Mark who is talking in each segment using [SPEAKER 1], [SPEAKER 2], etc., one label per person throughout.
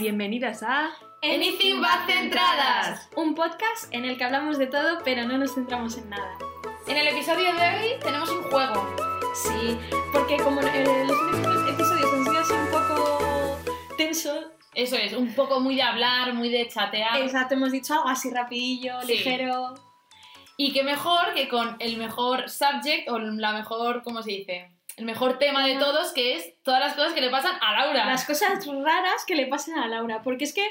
[SPEAKER 1] bienvenidas a
[SPEAKER 2] Anything But Centradas.
[SPEAKER 1] un podcast en el que hablamos de todo pero no nos centramos en nada.
[SPEAKER 2] En el episodio de hoy tenemos un juego.
[SPEAKER 1] Sí, porque como eh, los últimos episodios han sido así un poco tensos,
[SPEAKER 2] Eso es, un poco muy de hablar, muy de chatear.
[SPEAKER 1] exacto, hemos dicho algo así rapidillo,
[SPEAKER 2] Sí.
[SPEAKER 1] ligero.
[SPEAKER 2] Y qué mejor que con el mejor subject o la mejor, ¿cómo se dice? El mejor tema de todos que es todas las cosas que le pasan a Laura.
[SPEAKER 1] Las cosas raras que le pasan a Laura, porque es que,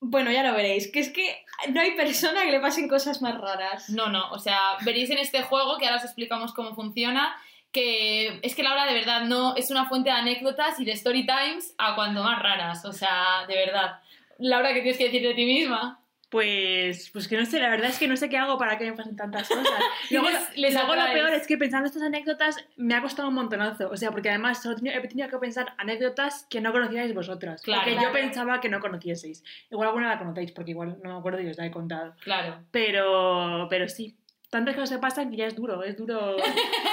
[SPEAKER 1] bueno, ya lo veréis, que es que no hay persona que le pasen cosas más raras.
[SPEAKER 2] No, no, o sea, veréis en este juego que ahora os explicamos cómo funciona. Que es que Laura de verdad no es una fuente de anécdotas y de story times a cuanto más raras, o sea, de verdad. Laura, ¿qué tienes que decir de ti misma?
[SPEAKER 3] Pues, pues que no sé, la verdad es que no sé qué hago para que me pasen tantas cosas. Luego,
[SPEAKER 2] Les-
[SPEAKER 3] les,
[SPEAKER 2] les
[SPEAKER 3] hago lo
[SPEAKER 2] atraes.
[SPEAKER 3] peor, es que pensando estas anécdotas me ha costado un montonazo. O sea, porque además solo he tenido- he tenido que pensar anécdotas que no conocíais vosotras.
[SPEAKER 2] Claro.
[SPEAKER 3] Que
[SPEAKER 1] Claro.
[SPEAKER 3] yo pensaba que no conocieseis. Igual alguna la conocéis, porque igual no me acuerdo y os la he contado.
[SPEAKER 2] Claro.
[SPEAKER 3] Pero, pero sí, tantas cosas que pasan que ya es duro, es duro.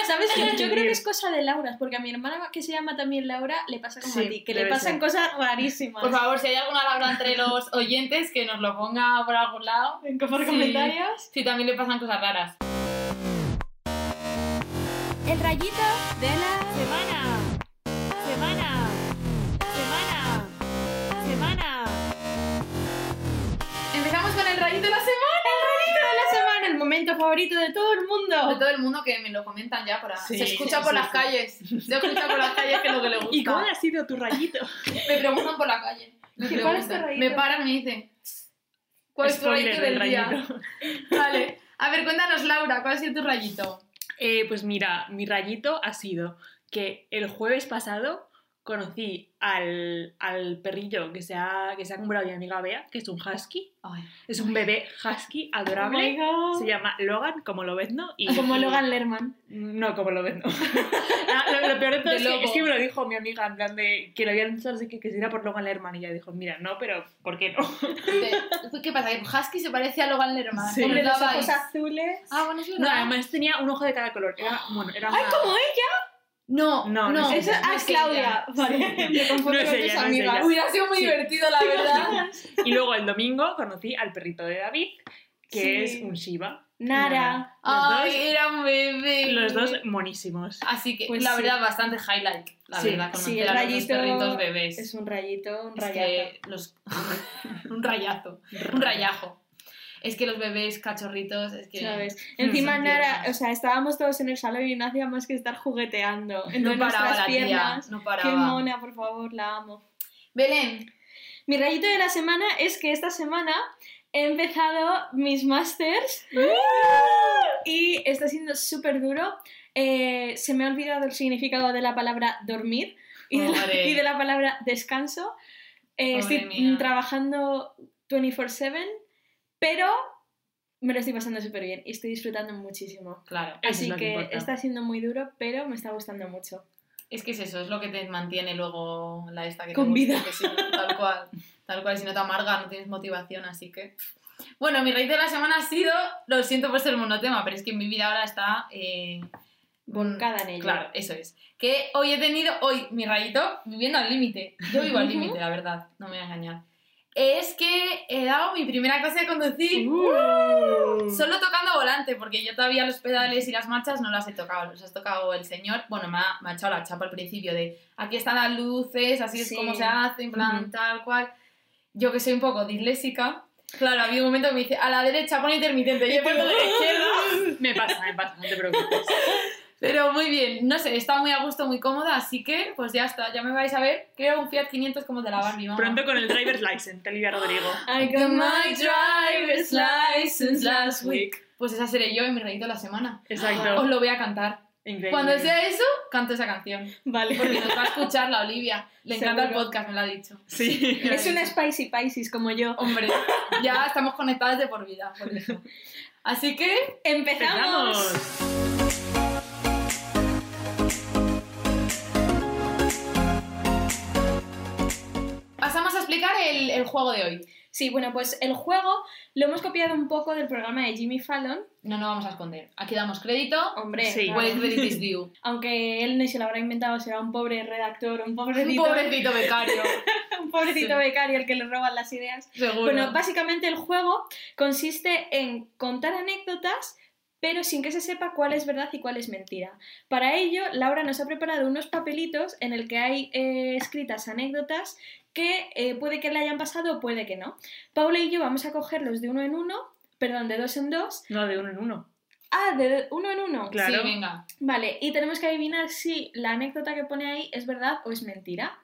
[SPEAKER 1] ¿Sabes qué? Yo creo que es cosa de Laura, porque a mi hermana que se llama también Laura le pasa como
[SPEAKER 3] Sí,
[SPEAKER 1] a ti, que le
[SPEAKER 3] debe
[SPEAKER 1] pasan
[SPEAKER 3] ser.
[SPEAKER 1] cosas rarísimas.
[SPEAKER 2] Por favor, si hay alguna Laura entre los oyentes, que nos lo ponga por algún lado.
[SPEAKER 1] por
[SPEAKER 2] Sí.
[SPEAKER 1] comentarios.
[SPEAKER 2] Si también le pasan cosas raras.
[SPEAKER 4] El rayito de la semana. Semana. Semana. Semana.
[SPEAKER 2] Empezamos con el rayito de la semana.
[SPEAKER 1] Toda la semana, el momento favorito de todo el
[SPEAKER 2] De
[SPEAKER 1] mundo.
[SPEAKER 2] todo el mundo que me lo comentan ya por ahí.
[SPEAKER 3] Sí,
[SPEAKER 2] se escucha por
[SPEAKER 3] sí,
[SPEAKER 2] las
[SPEAKER 3] sí.
[SPEAKER 2] calles. Se escucha por las calles que es lo que le gusta.
[SPEAKER 3] ¿Y cómo ha sido tu rayito?
[SPEAKER 2] Me preguntan por la calle. Me,
[SPEAKER 1] ¿Qué- cuál es tu
[SPEAKER 2] preguntan.
[SPEAKER 1] rayito?
[SPEAKER 2] me paran y me dicen, ¿cuál es tu
[SPEAKER 3] Spoiler
[SPEAKER 2] Pues rayito del
[SPEAKER 3] del
[SPEAKER 2] día?
[SPEAKER 3] rayito.
[SPEAKER 2] Vale. A ver, cuéntanos, Laura, ¿cuál ha sido tu rayito?
[SPEAKER 3] Eh, pues mira, mi rayito ha sido que el jueves pasado conocí al, al perrillo que se, ha, que se ha comprado mi amiga Bea, que es un husky. Es un bebé husky adorable.
[SPEAKER 1] Oh my
[SPEAKER 3] se
[SPEAKER 1] God.
[SPEAKER 3] llama Logan, como lo ves, ¿no? Y,
[SPEAKER 1] Como Logan Lerman.
[SPEAKER 3] No, como lo ves, no. Ah, lo, lo peor de todo
[SPEAKER 2] De
[SPEAKER 3] es que,
[SPEAKER 2] lobo.
[SPEAKER 3] es que me lo dijo mi amiga, en plan de que lo habían dicho así que, que si era por Logan Lerman. Y ella dijo, mira, no, pero ¿por qué no?
[SPEAKER 2] Te- ¿Qué pasa? Que Husky se parece a Logan Lerman.
[SPEAKER 3] Sí.
[SPEAKER 1] Hombre,
[SPEAKER 2] Hombre,
[SPEAKER 1] los
[SPEAKER 2] Lava
[SPEAKER 1] ojos
[SPEAKER 2] Ice.
[SPEAKER 1] azules.
[SPEAKER 2] Ah, bueno, es
[SPEAKER 3] No,
[SPEAKER 2] verdad.
[SPEAKER 3] además tenía un ojo de cada color. Era, bueno, era una...
[SPEAKER 1] ¿Cómo ella?
[SPEAKER 2] No,
[SPEAKER 3] No, no es
[SPEAKER 1] Eso
[SPEAKER 3] ella,
[SPEAKER 1] ah, es Claudia. Vale, me confundo
[SPEAKER 3] No es
[SPEAKER 1] con tus
[SPEAKER 3] ella, no es
[SPEAKER 1] amigas.
[SPEAKER 3] ella.
[SPEAKER 1] Uy,
[SPEAKER 2] Hubiera sido muy
[SPEAKER 3] Sí.
[SPEAKER 2] divertido, la verdad.
[SPEAKER 3] Y luego el domingo conocí al perrito de David, que
[SPEAKER 1] Sí.
[SPEAKER 3] es un Shiba.
[SPEAKER 1] Nara.
[SPEAKER 3] Los
[SPEAKER 2] Ay,
[SPEAKER 3] dos-
[SPEAKER 2] era un bebé.
[SPEAKER 3] Los dos monísimos.
[SPEAKER 2] Así que,
[SPEAKER 1] Pues
[SPEAKER 2] la
[SPEAKER 1] sí.
[SPEAKER 2] verdad, bastante highlight. La
[SPEAKER 3] Sí,
[SPEAKER 2] verdad,
[SPEAKER 1] sí,
[SPEAKER 2] conocer
[SPEAKER 1] el
[SPEAKER 2] a los dos
[SPEAKER 1] rayito
[SPEAKER 2] perritos bebés.
[SPEAKER 1] Es un rayito, un
[SPEAKER 2] Es
[SPEAKER 1] rayazo.
[SPEAKER 2] que los... un rayazo. Un rayajo. Es que los bebés cachorritos, es que...
[SPEAKER 1] ¿Sabes? Encima
[SPEAKER 2] son
[SPEAKER 1] Nara,
[SPEAKER 2] tiernos.
[SPEAKER 1] o sea, estábamos todos en el salón y no hacía más que estar jugueteando entre
[SPEAKER 2] No paraba
[SPEAKER 1] nuestras
[SPEAKER 2] la tía,
[SPEAKER 1] piernas.
[SPEAKER 2] no
[SPEAKER 1] Qué
[SPEAKER 2] paraba.
[SPEAKER 1] mona, por favor, la amo.
[SPEAKER 2] Belén,
[SPEAKER 1] Mi rayito de la semana es que esta semana he empezado mis masters
[SPEAKER 3] Uh.
[SPEAKER 1] y está siendo súper duro. Eh, se me ha olvidado el significado de la palabra dormir y, de la,
[SPEAKER 2] Pobre.
[SPEAKER 1] y de la palabra descanso. Eh,
[SPEAKER 2] Pobre
[SPEAKER 1] estoy
[SPEAKER 2] mía.
[SPEAKER 1] mm, trabajando 24/7, pero me lo estoy pasando súper bien y estoy disfrutando muchísimo.
[SPEAKER 2] claro.
[SPEAKER 3] Eso es
[SPEAKER 1] Así
[SPEAKER 3] lo que
[SPEAKER 1] que,
[SPEAKER 3] importa.
[SPEAKER 1] está siendo muy duro, pero me está gustando mucho.
[SPEAKER 2] Es que es eso, es lo que te mantiene luego la esta que te
[SPEAKER 1] Con
[SPEAKER 2] gusta,
[SPEAKER 1] vida.
[SPEAKER 2] que si no, tal cual, tal cual, si no te amarga, no tienes motivación, así que... Bueno, mi rey de la semana ha sido, lo siento por ser monotema, pero es que mi vida ahora está... eh,
[SPEAKER 1] Volcada en ello.
[SPEAKER 2] Claro, eso es. Que hoy he tenido, hoy mi rayito, viviendo al límite. Yo vivo al límite, la verdad, no me voy a engañar. Es que he dado mi primera clase de conducir
[SPEAKER 3] Uh.
[SPEAKER 2] solo tocando volante, porque yo todavía los pedales y las marchas no las he tocado, los has tocado el señor. Bueno, me ha, me ha echado la chapa al principio de aquí están las luces, así es
[SPEAKER 1] Sí.
[SPEAKER 2] como se hace, en plan
[SPEAKER 3] Ujú.
[SPEAKER 2] tal cual. Yo que soy un poco disléxica, claro, había un momento que me dice a la derecha pon intermitente, yo he puesto de la izquierda.
[SPEAKER 3] Me pasa, me pasa, no te preocupes.
[SPEAKER 1] Ah.
[SPEAKER 2] Pero muy bien, no sé, está muy a gusto, muy cómoda, así que pues ya está, ya me vais a ver. Creo un Fiat 500 como de la Barbie, mamá.
[SPEAKER 3] Pronto con el driver's license, te Olivia Rodrigo.
[SPEAKER 1] I got
[SPEAKER 2] Got
[SPEAKER 1] my
[SPEAKER 2] my driver's license last
[SPEAKER 3] last
[SPEAKER 2] week.
[SPEAKER 3] week.
[SPEAKER 2] Pues esa seré yo en mi rayito de la semana. Os
[SPEAKER 1] Ah,
[SPEAKER 3] Exacto.
[SPEAKER 2] lo voy a cantar.
[SPEAKER 3] Increíble.
[SPEAKER 2] Cuando sea eso, canto esa canción.
[SPEAKER 1] Vale.
[SPEAKER 2] Porque nos va a escuchar la Olivia. Le encanta el
[SPEAKER 1] Seguro.
[SPEAKER 2] podcast, me lo ha dicho.
[SPEAKER 3] Sí.
[SPEAKER 1] Es una Spicy Pisces como yo.
[SPEAKER 2] Hombre, ya estamos conectadas de por vida. por eso. Así que,
[SPEAKER 1] ¡Empezamos!
[SPEAKER 3] Empezamos.
[SPEAKER 2] pasamos a explicar el, el juego de hoy.
[SPEAKER 1] Sí, bueno, pues el juego Lo hemos copiado un poco del programa de Jimmy Fallon.
[SPEAKER 2] No nos vamos a esconder. Aquí damos crédito.
[SPEAKER 1] Hombre,
[SPEAKER 3] Sí.
[SPEAKER 1] claro.
[SPEAKER 2] Where credit is due.
[SPEAKER 1] aunque él ni se lo habrá inventado, será un pobre redactor, un pobrecito,
[SPEAKER 2] Pobrecito becario.
[SPEAKER 1] un pobrecito
[SPEAKER 2] Sí.
[SPEAKER 1] becario al que le roban las ideas.
[SPEAKER 2] Seguro.
[SPEAKER 1] Bueno, básicamente el juego consiste en contar anécdotas, pero sin que se sepa cuál es verdad y cuál es mentira. Para ello, Laura nos ha preparado unos papelitos en el que hay eh, escritas anécdotas que eh, puede que le hayan pasado o puede que no. Paula y yo vamos a cogerlos de uno en uno, perdón, de dos en dos.
[SPEAKER 3] No, de uno en uno.
[SPEAKER 1] Ah, de uno en uno.
[SPEAKER 2] Sí,
[SPEAKER 3] claro.
[SPEAKER 2] venga.
[SPEAKER 1] Vale, y tenemos que adivinar si la anécdota que pone ahí es verdad o es mentira.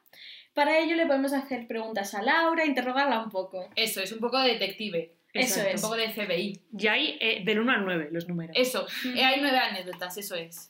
[SPEAKER 1] Para ello le podemos hacer preguntas a Laura, interrogarla un poco.
[SPEAKER 2] Eso, es un poco de detective.
[SPEAKER 1] Eso
[SPEAKER 3] Exacto.
[SPEAKER 2] Un
[SPEAKER 1] es.
[SPEAKER 2] poco de FBI.
[SPEAKER 3] Y hay eh, del 1 al 9 los números.
[SPEAKER 2] Eso. eh, hay nueve anécdotas, eso es.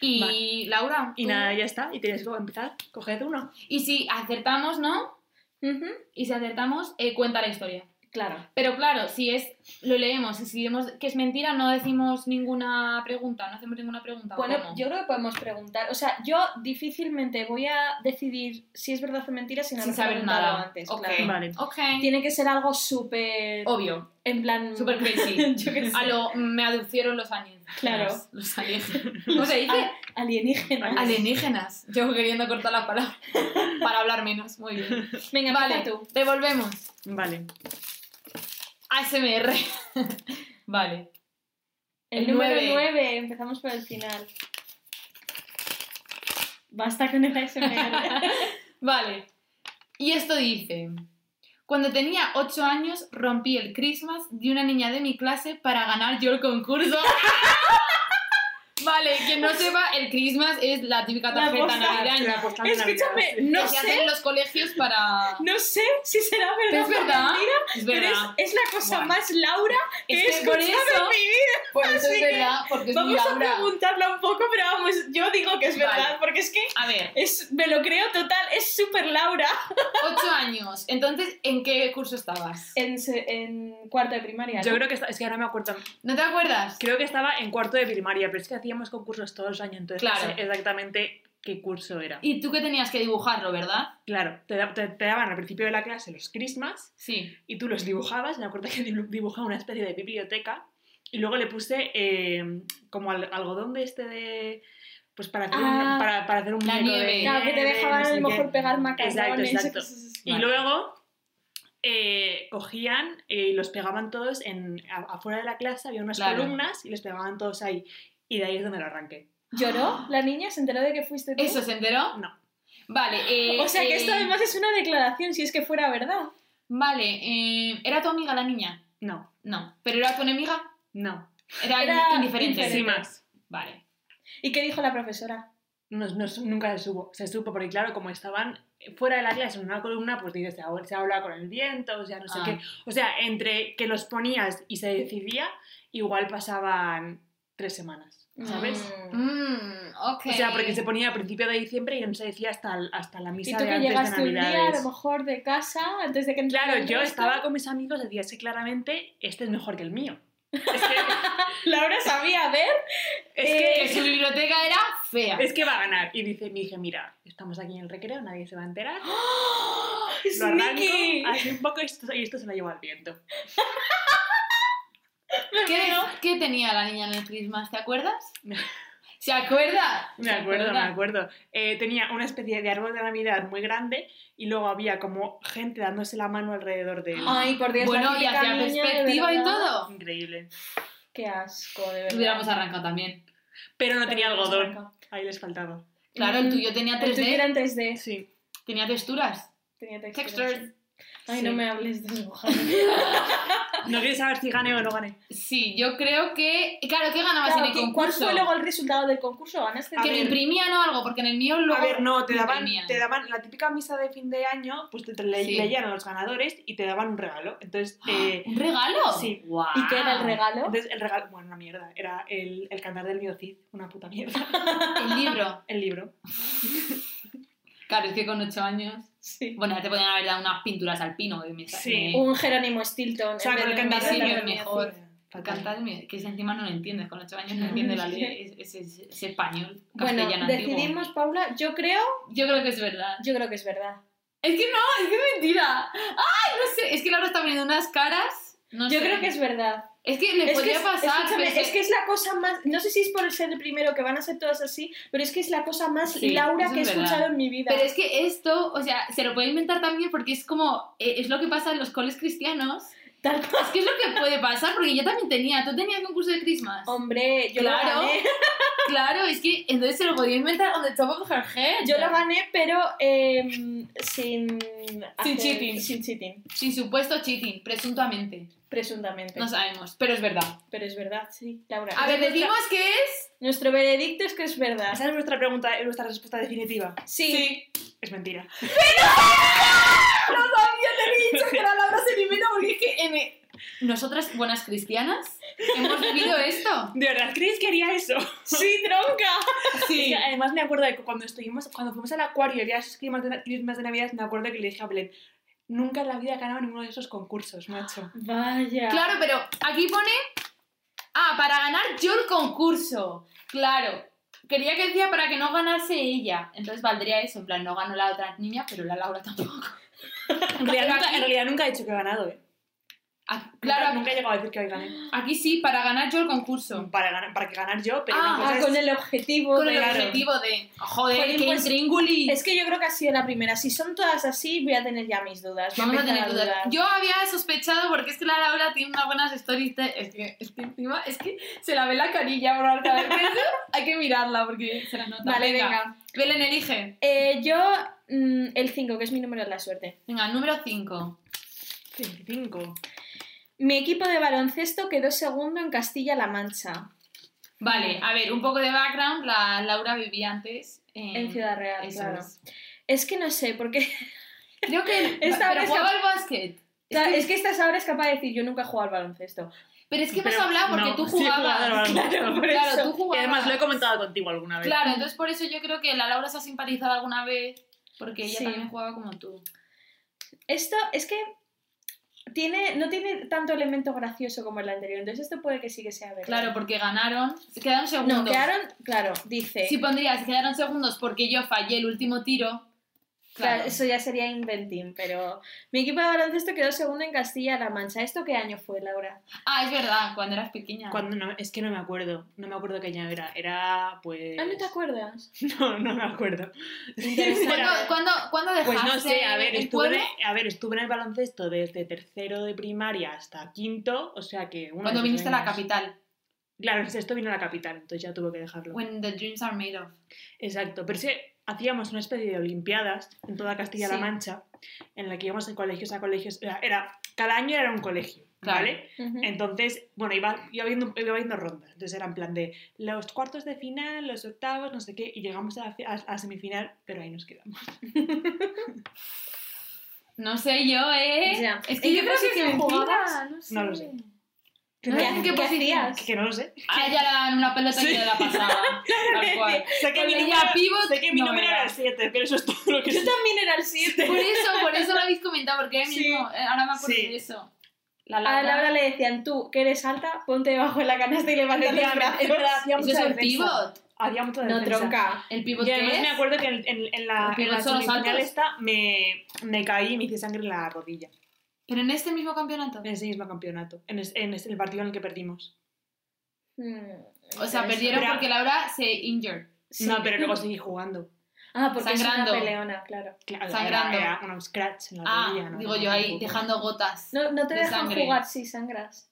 [SPEAKER 2] Y Laura.
[SPEAKER 3] Y
[SPEAKER 2] tú-
[SPEAKER 3] nada, ya está. Y tienes que empezar. Coged uno.
[SPEAKER 2] Y si acertamos, ¿no?
[SPEAKER 1] Ujú,
[SPEAKER 2] Y si acertamos, eh, cuenta la historia.
[SPEAKER 1] Claro.
[SPEAKER 2] Pero claro, si es. Lo leemos y si vemos que es mentira, no decimos ninguna pregunta. No hacemos ninguna pregunta. ¿o
[SPEAKER 1] Bueno,
[SPEAKER 2] cómo?
[SPEAKER 1] yo creo que podemos preguntar. O sea, yo difícilmente voy a decidir si es verdad o mentira sin,
[SPEAKER 2] Sin
[SPEAKER 1] haber
[SPEAKER 2] saber
[SPEAKER 1] preguntado
[SPEAKER 2] nada.
[SPEAKER 1] antes.
[SPEAKER 2] Ok. Oh,
[SPEAKER 1] claro.
[SPEAKER 3] Vale.
[SPEAKER 2] Ok.
[SPEAKER 1] Tiene que ser algo súper.
[SPEAKER 2] Obvio.
[SPEAKER 1] En plan.
[SPEAKER 2] Super crazy.
[SPEAKER 1] yo qué sé.
[SPEAKER 2] A lo. Me aducieron los alienígenas.
[SPEAKER 1] Claro.
[SPEAKER 2] Los alienígenas. ¿Cómo se dice?
[SPEAKER 1] A- alienígenas.
[SPEAKER 2] Alienígenas. Yo queriendo cortar la palabra para hablar menos. Muy bien.
[SPEAKER 1] Venga,
[SPEAKER 2] Vale,
[SPEAKER 1] empieza tú.
[SPEAKER 2] devolvemos.
[SPEAKER 3] Vale.
[SPEAKER 2] ASMR. vale.
[SPEAKER 1] El,
[SPEAKER 2] El
[SPEAKER 1] número
[SPEAKER 2] nueve.
[SPEAKER 1] 9, empezamos por el final. Basta con el ASMR.
[SPEAKER 2] Vale. Y esto dice. Cuando tenía 8 años rompí el Christmas de una niña de mi clase para ganar yo el concurso. vale, quien no sepa, el Christmas es la típica
[SPEAKER 1] Pues La
[SPEAKER 2] tarjeta
[SPEAKER 1] postal,
[SPEAKER 2] navideña
[SPEAKER 3] La postal de
[SPEAKER 1] Escúchame,
[SPEAKER 3] Navidad, sí.
[SPEAKER 1] no
[SPEAKER 2] que se hace
[SPEAKER 1] sé,
[SPEAKER 2] en los colegios para...
[SPEAKER 1] no sé si será
[SPEAKER 2] Pero
[SPEAKER 1] verdad.
[SPEAKER 2] es verdad,
[SPEAKER 1] o mentira,
[SPEAKER 2] es
[SPEAKER 1] pero es,
[SPEAKER 2] verdad.
[SPEAKER 1] es la cosa
[SPEAKER 2] Buah.
[SPEAKER 1] más Laura que he
[SPEAKER 2] Es que por
[SPEAKER 1] escuchado
[SPEAKER 2] eso,
[SPEAKER 1] en mi vida.
[SPEAKER 2] por eso
[SPEAKER 1] así
[SPEAKER 2] es
[SPEAKER 1] que
[SPEAKER 2] verdad, porque es muy
[SPEAKER 1] Vamos a
[SPEAKER 2] Laura.
[SPEAKER 1] preguntarla un poco, pero vamos, yo digo que es
[SPEAKER 2] Vale.
[SPEAKER 1] verdad, porque es que
[SPEAKER 2] A ver,
[SPEAKER 1] es, me lo creo total, es súper Laura.
[SPEAKER 2] Ocho años. Entonces, ¿en qué curso estabas?
[SPEAKER 1] En, se- en cuarto de primaria.
[SPEAKER 3] Yo
[SPEAKER 1] ¿no?
[SPEAKER 3] creo que está, es que ahora me acuerdo.
[SPEAKER 2] ¿No te acuerdas?
[SPEAKER 3] Creo que estaba en cuarto de primaria, pero es que hacíamos concursos todos los años, entonces
[SPEAKER 2] Claro.
[SPEAKER 3] no sé exactamente qué curso era.
[SPEAKER 2] Y tú que tenías que dibujarlo, ¿verdad?
[SPEAKER 3] Claro, te, da- te- te daban al principio de la clase los Christmas
[SPEAKER 2] Sí.
[SPEAKER 3] y tú los dibujabas. Me acuerdo que dibu- dibujaba una especie de biblioteca y luego le puse eh, como al- algodón de este de. Pues para hacer
[SPEAKER 1] Ah,
[SPEAKER 3] un, para, para hacer un
[SPEAKER 2] la
[SPEAKER 3] muñeco de
[SPEAKER 2] nieve.
[SPEAKER 1] Claro, que te
[SPEAKER 3] nieve,
[SPEAKER 1] dejaban a
[SPEAKER 3] no sé
[SPEAKER 1] lo
[SPEAKER 3] qué.
[SPEAKER 1] mejor pegar macarrones.
[SPEAKER 3] Exacto, exacto.
[SPEAKER 1] y cosas así.
[SPEAKER 3] Y luego eh, cogían eh, y los pegaban todos en, a- afuera de la clase, había unas
[SPEAKER 2] Claro.
[SPEAKER 3] columnas y los pegaban todos ahí. Y de ahí es donde lo arranqué.
[SPEAKER 1] ¿Lloró la niña? ¿Se enteró de que fuiste tú?
[SPEAKER 2] ¿Eso se enteró?
[SPEAKER 3] No.
[SPEAKER 2] Vale. eh,
[SPEAKER 1] o sea que esto
[SPEAKER 2] eh,
[SPEAKER 1] además es una declaración, si es que fuera verdad.
[SPEAKER 2] Vale. eh, ¿Era tu amiga la niña?
[SPEAKER 3] No,
[SPEAKER 2] No. ¿Pero era tu enemiga?
[SPEAKER 3] no.
[SPEAKER 2] Era,
[SPEAKER 1] Era
[SPEAKER 2] in- indiferente.
[SPEAKER 1] indiferente.
[SPEAKER 3] Sí, más.
[SPEAKER 2] Vale.
[SPEAKER 1] ¿Y qué dijo la profesora?
[SPEAKER 3] No, no, nunca se supo, se supo, porque claro, como estaban fuera de la clase en una columna, pues dices, se ha, se ha hablado con el viento, o sea, no sé
[SPEAKER 2] Ah.
[SPEAKER 3] qué. O sea, entre que los ponías y se decidía, igual pasaban tres semanas, ¿sabes?
[SPEAKER 1] Mm.
[SPEAKER 2] Mm, ok.
[SPEAKER 3] O sea, porque se ponía a principio de diciembre y no se decía hasta, el- hasta la
[SPEAKER 1] Y
[SPEAKER 3] misa
[SPEAKER 1] tú
[SPEAKER 3] de
[SPEAKER 1] que
[SPEAKER 3] antes
[SPEAKER 1] llegaste
[SPEAKER 3] de
[SPEAKER 1] un día, a
[SPEAKER 3] Navidades.
[SPEAKER 1] lo mejor de casa, antes de que entrara
[SPEAKER 3] Claro,
[SPEAKER 1] el
[SPEAKER 3] yo
[SPEAKER 1] resto.
[SPEAKER 3] estaba con mis amigos, decía, sí, claramente, este es mejor que el mío. Es que,
[SPEAKER 1] Laura sabía ver.
[SPEAKER 3] es
[SPEAKER 1] Eh.
[SPEAKER 2] Que su
[SPEAKER 3] que,
[SPEAKER 2] biblioteca era fea.
[SPEAKER 3] es que va a ganar. Y dice, me dije, mira, estamos aquí en el recreo, nadie se va a enterar. ¡Oh! Lo arranco,
[SPEAKER 1] ¡Sneaky!
[SPEAKER 3] así un poco, y esto, y esto se lo llevo al viento.
[SPEAKER 2] ¿Qué, qué tenía la niña en el Christmas? ¿Te acuerdas?
[SPEAKER 3] No.
[SPEAKER 2] ¿Se acuerda?
[SPEAKER 3] Me
[SPEAKER 2] ¿Se
[SPEAKER 3] acuerdo, me
[SPEAKER 2] acuerda?
[SPEAKER 3] acuerdo. Eh, tenía una especie de árbol de Navidad muy grande y luego había como gente dándose la mano alrededor de él.
[SPEAKER 1] Ay, por Dios, la
[SPEAKER 2] Bueno, y
[SPEAKER 1] típica
[SPEAKER 2] hacía
[SPEAKER 1] niña, de
[SPEAKER 2] perspectiva y
[SPEAKER 1] verdad.
[SPEAKER 2] todo.
[SPEAKER 3] Increíble.
[SPEAKER 1] Qué asco, de verdad.
[SPEAKER 2] Hubiéramos arrancado también.
[SPEAKER 3] Pero no tenía
[SPEAKER 1] Hubiéramos
[SPEAKER 3] algodón.
[SPEAKER 1] arrancado.
[SPEAKER 3] Ahí les faltaba.
[SPEAKER 2] Claro, el tuyo tenía
[SPEAKER 1] Mm. El tuyo era
[SPEAKER 2] 3D,
[SPEAKER 1] en 3D.
[SPEAKER 3] Sí.
[SPEAKER 2] tenía texturas.
[SPEAKER 1] Tenía textura.
[SPEAKER 2] Textures. Ah,
[SPEAKER 1] Ay,
[SPEAKER 3] Sí.
[SPEAKER 1] no me hables de eso.
[SPEAKER 3] No quieres saber si gané o no gané.
[SPEAKER 2] Sí, yo creo que. Claro, ¿qué ganabas
[SPEAKER 1] Claro,
[SPEAKER 2] en el
[SPEAKER 1] ¿qué- ¿Cuál
[SPEAKER 2] concurso?
[SPEAKER 1] fue luego el resultado del concurso? ¿Ganaste
[SPEAKER 3] A
[SPEAKER 2] Que
[SPEAKER 1] tú?
[SPEAKER 2] lo
[SPEAKER 3] ver.
[SPEAKER 2] imprimían o algo, porque en el mío luego.
[SPEAKER 3] A ver, no, te
[SPEAKER 2] lo
[SPEAKER 3] daban,
[SPEAKER 2] imprimían.
[SPEAKER 3] te daban la típica misa de fin de año, pues te, te le-
[SPEAKER 2] Sí.
[SPEAKER 3] leían a los ganadores y te daban un regalo. Entonces, eh,
[SPEAKER 2] ¡Ah! ¿Un regalo?
[SPEAKER 3] Sí.
[SPEAKER 2] Guau.
[SPEAKER 1] ¿Y qué era el regalo?
[SPEAKER 3] entonces el regalo, bueno, una mierda, era el, el cantar del biocid, una puta mierda.
[SPEAKER 2] El libro.
[SPEAKER 3] El libro.
[SPEAKER 2] Claro, es que con 8 años.
[SPEAKER 1] Sí.
[SPEAKER 2] Bueno, ya te podían haber dado unas pinturas al pino. que me-
[SPEAKER 3] Sí.
[SPEAKER 2] me-
[SPEAKER 1] Un Jerónimo Stilton.
[SPEAKER 3] O sea,
[SPEAKER 1] en
[SPEAKER 3] con
[SPEAKER 1] vez
[SPEAKER 3] el
[SPEAKER 1] de un
[SPEAKER 3] cantar del
[SPEAKER 2] sí,
[SPEAKER 1] Jerónimo
[SPEAKER 2] es
[SPEAKER 3] biocid.
[SPEAKER 2] mejor.
[SPEAKER 3] Fatal.
[SPEAKER 2] Cantarme, que encima no lo entiendes, con 8 años no entiendes la ley, es, es- es español,
[SPEAKER 1] Bueno,
[SPEAKER 2] castellano antiguo.
[SPEAKER 1] decidimos, Paula, yo creo,
[SPEAKER 2] Yo creo que es verdad.
[SPEAKER 1] yo creo que es verdad.
[SPEAKER 2] Es que no, es que es mentira. ¡Ay, no sé! Es que Laura está poniendo unas caras. No
[SPEAKER 1] Yo
[SPEAKER 2] sé.
[SPEAKER 1] creo que es verdad.
[SPEAKER 2] Es que le
[SPEAKER 1] Es que,
[SPEAKER 2] podría
[SPEAKER 1] es,
[SPEAKER 2] pasar.
[SPEAKER 1] escúchame,
[SPEAKER 2] pero
[SPEAKER 1] es que es la cosa más. No sé si es por ser el primero que van a ser todas así, pero es que es la cosa más
[SPEAKER 2] Sí,
[SPEAKER 1] Laura
[SPEAKER 2] eso
[SPEAKER 1] que he
[SPEAKER 2] es verdad.
[SPEAKER 1] escuchado en mi vida.
[SPEAKER 2] Pero es que esto, o sea, se lo puede inventar también porque es como, eh, es lo que pasa en los coles cristianos.
[SPEAKER 1] Tal cual.
[SPEAKER 2] Es que es lo que puede pasar porque yo también tenía, tú tenías concurso de Christmas.
[SPEAKER 1] Hombre, yo la
[SPEAKER 2] Claro.
[SPEAKER 1] gané.
[SPEAKER 2] Claro, es que entonces se lo podía inventar on the top of her head.
[SPEAKER 1] Yo la gané, pero em, sin. hacer-
[SPEAKER 2] cheating.
[SPEAKER 1] Sin cheating,
[SPEAKER 2] Sin supuesto cheating, presuntamente.
[SPEAKER 1] presuntamente.
[SPEAKER 2] No sabemos, pero es verdad.
[SPEAKER 1] Pero es verdad, sí, Laura.
[SPEAKER 2] A ver, decimos que es.
[SPEAKER 1] Nuestro veredicto es que es verdad.
[SPEAKER 3] Esa es vuestra pregunta, es vuestra respuesta definitiva.
[SPEAKER 1] Sí.
[SPEAKER 3] Es mentira.
[SPEAKER 2] ¡No sabía, te he dicho que la Laura se eliminó porque es que en- Nosotras, buenas cristianas, hemos vivido esto.
[SPEAKER 3] De verdad, Chris quería eso.
[SPEAKER 1] Sí, tronca.
[SPEAKER 3] Es que además me acuerdo de que cuando estuvimos, cuando fuimos al acuario y ya esos climas de, climas de Navidad, me acuerdo que le dije a Belén, nunca en la vida he ganado ninguno de esos concursos, macho.
[SPEAKER 1] Vaya.
[SPEAKER 2] Claro, pero aquí pone. Ah, para ganar yo el concurso. Claro. Quería que decía para que no ganase ella. Entonces valdría eso. En plan, no ganó la otra niña, pero la Laura tampoco.
[SPEAKER 3] En realidad, nunca, en realidad nunca he dicho que he ganado, ¿eh?
[SPEAKER 2] Ah,
[SPEAKER 3] Nunca-
[SPEAKER 2] claro, Ah.
[SPEAKER 3] Nunca he llegado a decir que hoy gané.
[SPEAKER 2] aquí sí, para ganar yo el concurso.
[SPEAKER 3] Para, ganar, para que ganar yo, pero
[SPEAKER 2] Ah,
[SPEAKER 3] una cosa
[SPEAKER 1] Ah,
[SPEAKER 3] es-
[SPEAKER 1] con el objetivo.
[SPEAKER 2] Con el
[SPEAKER 1] de-
[SPEAKER 2] objetivo de. Joder,
[SPEAKER 1] Jolín,
[SPEAKER 2] qué
[SPEAKER 1] pues,
[SPEAKER 2] intríngulis.
[SPEAKER 1] Es que yo creo que ha sido la primera. Si son todas así, voy a tener ya mis dudas. Voy
[SPEAKER 2] Vamos a
[SPEAKER 1] empezar
[SPEAKER 2] tener dudas.
[SPEAKER 1] dudar.
[SPEAKER 2] Yo había sospechado porque es que la Laura tiene unas buenas stories. de- Es, que, es que encima es que se la ve la carilla, bro. cada vez que eso, Hay que mirarla porque se la nota.
[SPEAKER 1] Vale, venga.
[SPEAKER 2] Belén, elige.
[SPEAKER 1] Eh, yo, mm, el 5, que es mi número de la suerte.
[SPEAKER 2] Venga, número 5.
[SPEAKER 3] 25.
[SPEAKER 1] Mi equipo de baloncesto quedó segundo en Castilla-La Mancha,
[SPEAKER 2] Vale, a ver, un poco de background. La Laura vivía antes en,
[SPEAKER 1] en Ciudad Real,
[SPEAKER 2] eso
[SPEAKER 1] claro.
[SPEAKER 2] es.
[SPEAKER 1] Es que no sé, porque
[SPEAKER 2] Creo que.
[SPEAKER 1] Esta
[SPEAKER 2] pero
[SPEAKER 1] vez-
[SPEAKER 2] jugaba al básquet. Es que-
[SPEAKER 1] es que estás ahora es capaz de decir, yo nunca he jugado al baloncesto.
[SPEAKER 2] pero es que hemos
[SPEAKER 3] Pero
[SPEAKER 2] hablado porque
[SPEAKER 3] no,
[SPEAKER 2] tú
[SPEAKER 3] sí he jugado
[SPEAKER 2] jugabas.
[SPEAKER 3] al baloncesto.
[SPEAKER 2] claro,
[SPEAKER 1] Por
[SPEAKER 2] claro,
[SPEAKER 1] eso.
[SPEAKER 2] tú
[SPEAKER 3] Y
[SPEAKER 2] jugabas.
[SPEAKER 3] además lo he comentado contigo alguna vez.
[SPEAKER 2] Claro, entonces por eso yo creo que la Laura se ha simpatizado alguna vez porque ella
[SPEAKER 1] Sí.
[SPEAKER 2] también jugaba como tú.
[SPEAKER 1] Esto es que tiene, no tiene tanto elemento gracioso como el anterior, entonces esto puede que sí que sea verdad.
[SPEAKER 2] Claro, porque ganaron. Se quedaron segundos.
[SPEAKER 1] No, quedaron, claro, dice.
[SPEAKER 2] Si pondrías, quedaron segundos porque yo fallé el último tiro.
[SPEAKER 1] Claro,
[SPEAKER 2] Claro.
[SPEAKER 1] eso ya sería inventing, pero mi equipo de baloncesto quedó segundo en Castilla-La Mancha. ¿Esto qué año fue, Laura?
[SPEAKER 2] Ah, es verdad, cuando eras pequeña.
[SPEAKER 3] Cuando no, es que no me acuerdo. No me acuerdo qué año era. Era, pues...
[SPEAKER 1] Ah, ¿no te acuerdas?
[SPEAKER 3] No, no me acuerdo.
[SPEAKER 1] Interesante.
[SPEAKER 2] ¿Cuándo, cuándo, cuándo
[SPEAKER 3] Pues
[SPEAKER 2] dejaste
[SPEAKER 3] no sé, a ver,
[SPEAKER 2] el
[SPEAKER 3] estuve, en-
[SPEAKER 2] pueblo?
[SPEAKER 3] a ver, estuve en el baloncesto desde tercero de primaria hasta quinto, o sea que... uno de
[SPEAKER 2] Cuando
[SPEAKER 3] esos
[SPEAKER 2] viniste a la
[SPEAKER 3] años.
[SPEAKER 2] capital.
[SPEAKER 3] Claro, en sexto vino a la capital, entonces ya tuve que dejarlo.
[SPEAKER 2] When the dreams are made of.
[SPEAKER 3] Exacto, pero sí, hacíamos una especie de olimpiadas en toda Castilla-La
[SPEAKER 2] Sí.
[SPEAKER 3] Mancha, en la que íbamos de colegios a colegios, o sea, era, cada año era un colegio,
[SPEAKER 2] Claro.
[SPEAKER 3] ¿vale? Entonces, bueno, iba, iba, viendo, iba viendo rondas. Entonces era en plan de los cuartos de final, los octavos, no sé qué, y llegamos a, la fi- a- a semifinal, pero ahí nos quedamos.
[SPEAKER 2] No sé yo, ¿eh?
[SPEAKER 1] Ya.
[SPEAKER 2] Es que
[SPEAKER 1] ¿En
[SPEAKER 2] yo creo
[SPEAKER 1] qué
[SPEAKER 2] que es
[SPEAKER 1] posición
[SPEAKER 2] mentira.
[SPEAKER 1] jugabas?
[SPEAKER 2] No, sé.
[SPEAKER 3] No lo sé.
[SPEAKER 1] ¿Qué,
[SPEAKER 2] No, ¿en qué
[SPEAKER 1] qué
[SPEAKER 2] posición?
[SPEAKER 1] hacías?
[SPEAKER 3] Que, que no lo sé.
[SPEAKER 2] Ah, ya le daban una pelota y
[SPEAKER 3] Sí.
[SPEAKER 2] yo la pasaba. Tal cual.
[SPEAKER 3] Sé que mi
[SPEAKER 2] Porque
[SPEAKER 3] número,
[SPEAKER 2] ya pivot
[SPEAKER 3] sé que mi
[SPEAKER 2] no
[SPEAKER 3] número
[SPEAKER 2] era.
[SPEAKER 3] era el 7, pero eso es todo lo que
[SPEAKER 1] Yo
[SPEAKER 3] sé.
[SPEAKER 1] también era el 7.
[SPEAKER 2] Por eso, por eso lo habéis comentado, porque ahora
[SPEAKER 3] Sí.
[SPEAKER 2] mismo, eh, ahora me acuerdo
[SPEAKER 3] Sí.
[SPEAKER 2] de eso. La
[SPEAKER 1] A Ah, Laura le decían, tú, que eres alta, ponte debajo de la canasta y levanta los
[SPEAKER 3] Efectivamente, es verdad,
[SPEAKER 1] brazos.
[SPEAKER 3] hacía
[SPEAKER 2] Eso
[SPEAKER 3] mucha
[SPEAKER 2] es el
[SPEAKER 3] defensa.
[SPEAKER 2] pivot.
[SPEAKER 3] Había mucha
[SPEAKER 1] No,
[SPEAKER 3] defensa.
[SPEAKER 1] tronca.
[SPEAKER 2] El pivot
[SPEAKER 3] Y
[SPEAKER 2] que
[SPEAKER 3] además
[SPEAKER 2] es.
[SPEAKER 3] me acuerdo que en, en- en la,
[SPEAKER 2] Porque
[SPEAKER 3] en la
[SPEAKER 2] no son los
[SPEAKER 3] semifinal
[SPEAKER 2] altos.
[SPEAKER 3] esta me, me caí y me hice sangre en la rodilla.
[SPEAKER 2] Pero en este mismo campeonato.
[SPEAKER 3] En ese mismo campeonato. En, es- en es- el partido en el que perdimos.
[SPEAKER 1] Mm,
[SPEAKER 2] O sea,
[SPEAKER 1] interesante.
[SPEAKER 2] perdieron
[SPEAKER 3] Pero-
[SPEAKER 2] porque Laura se injured.
[SPEAKER 1] Sí.
[SPEAKER 3] No, pero luego seguí jugando.
[SPEAKER 1] Ah, porque
[SPEAKER 2] Sangrando.
[SPEAKER 1] es una peleona, claro.
[SPEAKER 3] Claro,
[SPEAKER 2] Sangrando.
[SPEAKER 3] Era, era un scratch en la
[SPEAKER 2] Ah,
[SPEAKER 3] rodilla. ¿no?
[SPEAKER 2] digo
[SPEAKER 3] No,
[SPEAKER 2] yo ahí,
[SPEAKER 3] tampoco.
[SPEAKER 2] dejando gotas.
[SPEAKER 1] No, no te
[SPEAKER 2] De
[SPEAKER 1] dejan
[SPEAKER 2] sangre.
[SPEAKER 1] jugar si sangras.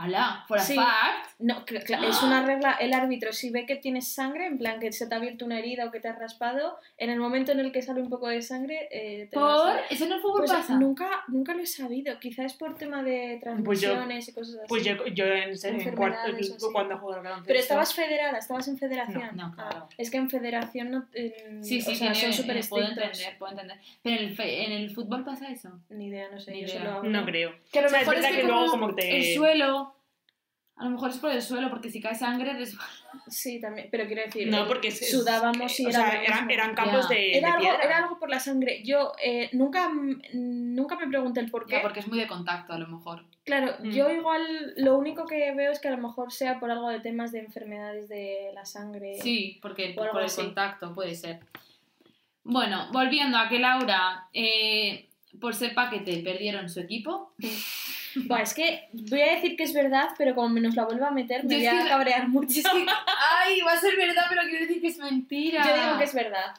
[SPEAKER 2] Alá, por a
[SPEAKER 1] Sí.
[SPEAKER 2] fact.
[SPEAKER 1] No, cl- cl- es una regla, el árbitro si ve que tienes sangre, en plan que se te ha abierto una herida o que te has raspado, en el momento en el que sale un poco de sangre, eh, te vas
[SPEAKER 2] Por.
[SPEAKER 1] a-
[SPEAKER 2] Eso en el fútbol
[SPEAKER 1] Pues
[SPEAKER 2] pasa.
[SPEAKER 1] nunca, nunca lo he sabido, quizás por tema de
[SPEAKER 3] Pues yo-
[SPEAKER 1] transmisiones y cosas así.
[SPEAKER 3] Pues yo, yo en, en
[SPEAKER 1] Enfermedades
[SPEAKER 3] cuarto,
[SPEAKER 1] o así.
[SPEAKER 3] cuando jugué al baloncesto.
[SPEAKER 1] Pero estabas federada, estabas en federación.
[SPEAKER 2] No, no, claro.
[SPEAKER 1] Ah, es que en federación no... en-
[SPEAKER 2] Sí, sí,
[SPEAKER 1] o sea,
[SPEAKER 2] tiene-
[SPEAKER 1] son súper
[SPEAKER 2] eh, puedo
[SPEAKER 1] estrictos.
[SPEAKER 2] entender, puedo entender. Pero en el, fe- en el fútbol pasa eso.
[SPEAKER 1] Ni idea, no sé,
[SPEAKER 2] Ni
[SPEAKER 1] yo
[SPEAKER 2] idea.
[SPEAKER 1] solo hago.
[SPEAKER 3] No creo.
[SPEAKER 1] Que a lo
[SPEAKER 3] O sea,
[SPEAKER 1] mejor
[SPEAKER 3] es verdad que luego como que te-
[SPEAKER 2] el suelo. A lo mejor es por el suelo, porque si cae sangre. res-
[SPEAKER 1] Sí, también, pero quiero decir,
[SPEAKER 3] No,
[SPEAKER 1] eh,
[SPEAKER 3] porque es- es-
[SPEAKER 1] sudábamos y
[SPEAKER 3] o
[SPEAKER 1] era
[SPEAKER 3] sea,
[SPEAKER 1] lo
[SPEAKER 3] eran,
[SPEAKER 1] mismo.
[SPEAKER 3] eran campos
[SPEAKER 2] Ya.
[SPEAKER 3] de, de
[SPEAKER 1] era, algo,
[SPEAKER 3] piedra.
[SPEAKER 1] era algo por la sangre. Yo eh, nunca, mm, nunca me pregunté el por qué.
[SPEAKER 2] Ya, porque es muy de contacto, a lo mejor.
[SPEAKER 1] Claro,
[SPEAKER 3] Mm.
[SPEAKER 1] yo igual lo único que veo es que a lo mejor sea por algo de temas de enfermedades de la sangre.
[SPEAKER 2] Sí, porque
[SPEAKER 1] o algo
[SPEAKER 2] por el
[SPEAKER 1] así.
[SPEAKER 2] contacto puede ser. Bueno, volviendo a que Laura, eh, por ser paquete, perdieron su equipo.
[SPEAKER 1] Buah, es que voy a decir que es verdad, pero como me nos la vuelva a meter, me
[SPEAKER 2] Yo
[SPEAKER 1] voy
[SPEAKER 2] es
[SPEAKER 1] a
[SPEAKER 2] que-
[SPEAKER 1] cabrear mucho.
[SPEAKER 2] Ay, va a ser verdad, pero quiero decir que es mentira.
[SPEAKER 1] Yo digo que es verdad.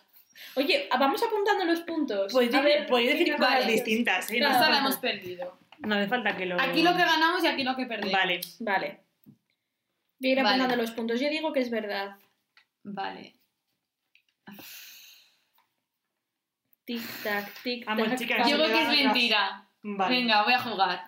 [SPEAKER 1] Oye, a- vamos apuntando los puntos.
[SPEAKER 2] Pues
[SPEAKER 3] Podéis
[SPEAKER 1] A ver,
[SPEAKER 3] podéis Pues decir
[SPEAKER 1] ¿qué
[SPEAKER 3] cosas
[SPEAKER 1] vale?
[SPEAKER 3] distintas, ¿eh? No,
[SPEAKER 1] Claro.
[SPEAKER 2] Esta
[SPEAKER 3] hace
[SPEAKER 2] la
[SPEAKER 3] falta-
[SPEAKER 2] hemos perdido.
[SPEAKER 3] no hace falta que lo...
[SPEAKER 2] Aquí lo que ganamos y aquí lo que perdemos.
[SPEAKER 3] Vale.
[SPEAKER 1] Vale. Voy a ir
[SPEAKER 2] Vale.
[SPEAKER 1] apuntando los puntos. Yo digo que es verdad.
[SPEAKER 2] Vale.
[SPEAKER 1] Tic tac, tic tac.
[SPEAKER 3] Vamos, chicas,
[SPEAKER 2] Yo creo
[SPEAKER 3] Vale, me
[SPEAKER 2] que es
[SPEAKER 3] van atrás.
[SPEAKER 2] mentira.
[SPEAKER 3] Vale.
[SPEAKER 2] Venga, voy a jugar.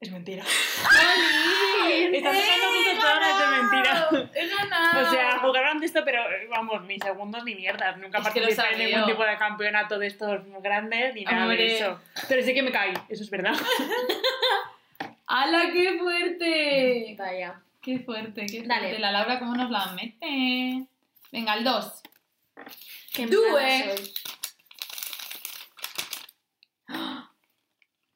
[SPEAKER 3] Es mentira.
[SPEAKER 1] ¡Jolín!
[SPEAKER 3] Estás sacando justo todas de mentira.
[SPEAKER 2] ¡Eh! ¡He ganado!
[SPEAKER 3] O sea, jugaron de esto, pero eh, vamos, ni segundos ni mierdas. Nunca
[SPEAKER 2] Es que lo
[SPEAKER 3] participé en
[SPEAKER 2] sabía. Ah,
[SPEAKER 3] ningún tipo de campeonato de estos grandes ni nada
[SPEAKER 2] Hombre.
[SPEAKER 3] de eso. Pero sí que me caí, eso es verdad.
[SPEAKER 2] ¡Hala, qué fuerte!
[SPEAKER 1] Vaya.
[SPEAKER 2] ¡Qué fuerte, qué fuerte!
[SPEAKER 1] Dale.
[SPEAKER 2] La Laura, ¿cómo nos la mete? Venga, el 2.
[SPEAKER 1] Qué
[SPEAKER 2] Tú,
[SPEAKER 1] mala
[SPEAKER 2] eh.
[SPEAKER 1] soy.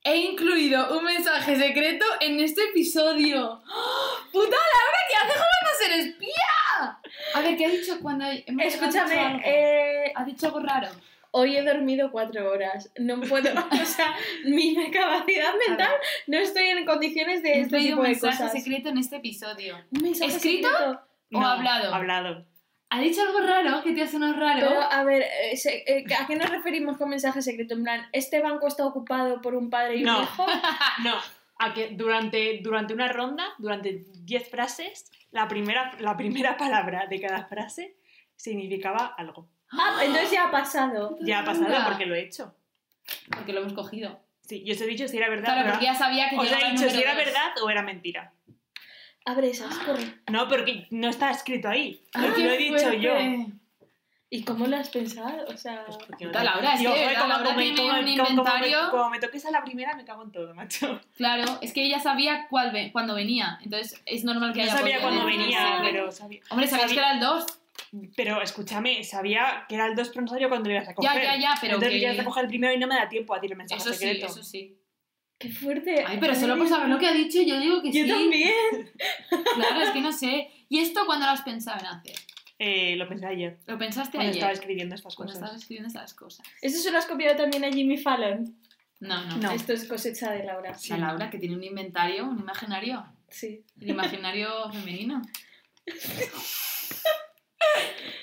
[SPEAKER 2] He incluido un mensaje secreto en este episodio. ¡Ah! ¡Puta Laura, qué hace jugando a ser espía! A ver, ¿qué ha dicho cuando... hay- hemos- ha dicho algo?
[SPEAKER 1] Escúchame, eh,
[SPEAKER 2] Ha dicho algo raro.
[SPEAKER 1] hoy he dormido cuatro horas. No puedo, o sea, mi capacidad mental no estoy en condiciones de
[SPEAKER 2] He
[SPEAKER 1] este
[SPEAKER 2] incluido
[SPEAKER 1] tipo
[SPEAKER 2] un
[SPEAKER 1] de
[SPEAKER 2] mensaje
[SPEAKER 1] cosas.
[SPEAKER 2] secreto en este episodio.
[SPEAKER 1] ¿Un mensaje
[SPEAKER 2] ¿Escrito?
[SPEAKER 1] secreto?
[SPEAKER 2] ¿O hablado?
[SPEAKER 3] Hablado.
[SPEAKER 2] ¿Ha dicho algo raro que te ha sonado raro?
[SPEAKER 1] Pero, a ver, eh, se- eh, ¿a qué nos referimos con mensaje secreto? En plan, ¿este banco está ocupado por un padre y un
[SPEAKER 3] No.
[SPEAKER 1] hijo?
[SPEAKER 3] No, a que durante, durante una ronda, durante 10 frases, la primera, la primera palabra de cada frase significaba algo.
[SPEAKER 1] Ah, entonces ya ha pasado.
[SPEAKER 3] Ya ha pasado
[SPEAKER 2] Anda.
[SPEAKER 3] porque lo he hecho.
[SPEAKER 2] Porque lo hemos cogido.
[SPEAKER 3] Sí, yo os he dicho si era verdad
[SPEAKER 2] Claro,
[SPEAKER 3] o
[SPEAKER 2] porque
[SPEAKER 3] no.
[SPEAKER 2] ya sabía que
[SPEAKER 3] Os
[SPEAKER 2] llegaba
[SPEAKER 3] he
[SPEAKER 2] el
[SPEAKER 3] dicho si
[SPEAKER 2] número
[SPEAKER 3] era
[SPEAKER 2] dos.
[SPEAKER 3] verdad o era mentira.
[SPEAKER 1] Abre esas, corre.
[SPEAKER 3] No, porque no está escrito ahí.
[SPEAKER 2] Ay,
[SPEAKER 3] Porque lo he
[SPEAKER 2] qué
[SPEAKER 3] dicho yo.
[SPEAKER 2] fuerte.
[SPEAKER 1] ¿Y cómo lo has pensado? O sea...
[SPEAKER 3] Pues porque
[SPEAKER 2] Puta,
[SPEAKER 3] no-
[SPEAKER 2] Laura, es
[SPEAKER 3] Digo,
[SPEAKER 2] que
[SPEAKER 3] joder,
[SPEAKER 2] la
[SPEAKER 3] como-
[SPEAKER 2] Laura
[SPEAKER 3] como-
[SPEAKER 2] tiene
[SPEAKER 3] como-
[SPEAKER 2] un
[SPEAKER 3] como-
[SPEAKER 2] inventario.
[SPEAKER 3] Como, como me toques a la primera, me cago en todo, macho.
[SPEAKER 2] Claro, es que ella sabía cuál ve- cuándo venía. Entonces es normal que
[SPEAKER 3] No
[SPEAKER 2] haya
[SPEAKER 3] sabía
[SPEAKER 2] podido
[SPEAKER 3] cuándo
[SPEAKER 1] no, no,
[SPEAKER 2] decir
[SPEAKER 3] venía,
[SPEAKER 2] secreto.
[SPEAKER 3] pero sabía.
[SPEAKER 2] Hombre, sabías
[SPEAKER 3] sabía-
[SPEAKER 2] que era el 2.
[SPEAKER 3] Pero escúchame, sabía que era el 2, pero no sabía cuándo lo ibas a
[SPEAKER 2] Ya,
[SPEAKER 3] coger.
[SPEAKER 2] ya, ya, pero
[SPEAKER 3] Entonces ibas a
[SPEAKER 2] que.
[SPEAKER 3] coger el primero y no me da tiempo a ti el mensaje
[SPEAKER 2] Eso sí,
[SPEAKER 3] secreto.
[SPEAKER 2] eso sí.
[SPEAKER 1] ¡Qué fuerte!
[SPEAKER 2] Ay, pero solo por saber lo que ha dicho, yo digo que
[SPEAKER 1] Yo
[SPEAKER 2] sí.
[SPEAKER 1] también.
[SPEAKER 2] Claro, es que no sé. ¿Y esto cuándo lo has pensado en hacer?
[SPEAKER 3] Eh, lo pensé ayer,
[SPEAKER 2] Lo pensaste
[SPEAKER 3] cuando estaba
[SPEAKER 2] ayer.
[SPEAKER 3] escribiendo estas
[SPEAKER 2] Cuando
[SPEAKER 3] cosas.
[SPEAKER 2] estabas escribiendo esas cosas.
[SPEAKER 1] ¿Eso se lo has copiado también a Jimmy Fallon?
[SPEAKER 2] No, no.
[SPEAKER 3] No.
[SPEAKER 1] Esto es cosecha de Laura.
[SPEAKER 2] La Laura, que tiene un inventario, un imaginario.
[SPEAKER 1] Sí.
[SPEAKER 2] El imaginario femenino.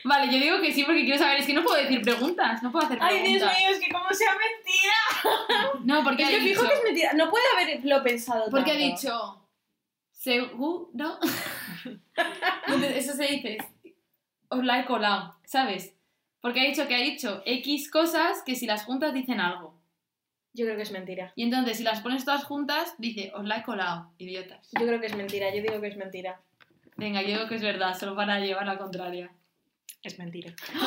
[SPEAKER 2] Vale, yo digo que sí porque quiero saber, es que no puedo decir preguntas, no puedo hacer preguntas.
[SPEAKER 1] ¡Ay, Dios mío! Es que cómo sea mentira.
[SPEAKER 2] No, porque
[SPEAKER 1] Es
[SPEAKER 2] ha
[SPEAKER 1] que
[SPEAKER 2] dicho,
[SPEAKER 1] fijo que es mentira. No puede haberlo pensado
[SPEAKER 2] porque ha
[SPEAKER 1] tanto.
[SPEAKER 2] dicho seguro. Entonces, Eso se dice, os la he colado, ¿sabes? Porque ha dicho que ha dicho X cosas que si las juntas dicen algo.
[SPEAKER 1] Yo creo que es mentira.
[SPEAKER 2] Y entonces, si las pones todas juntas, dice, os la he colado, idiotas.
[SPEAKER 1] Yo creo que es mentira. Yo digo que es mentira.
[SPEAKER 2] Venga, yo digo que es verdad, solo para llevar la contraria.
[SPEAKER 3] Es mentira.
[SPEAKER 1] Es que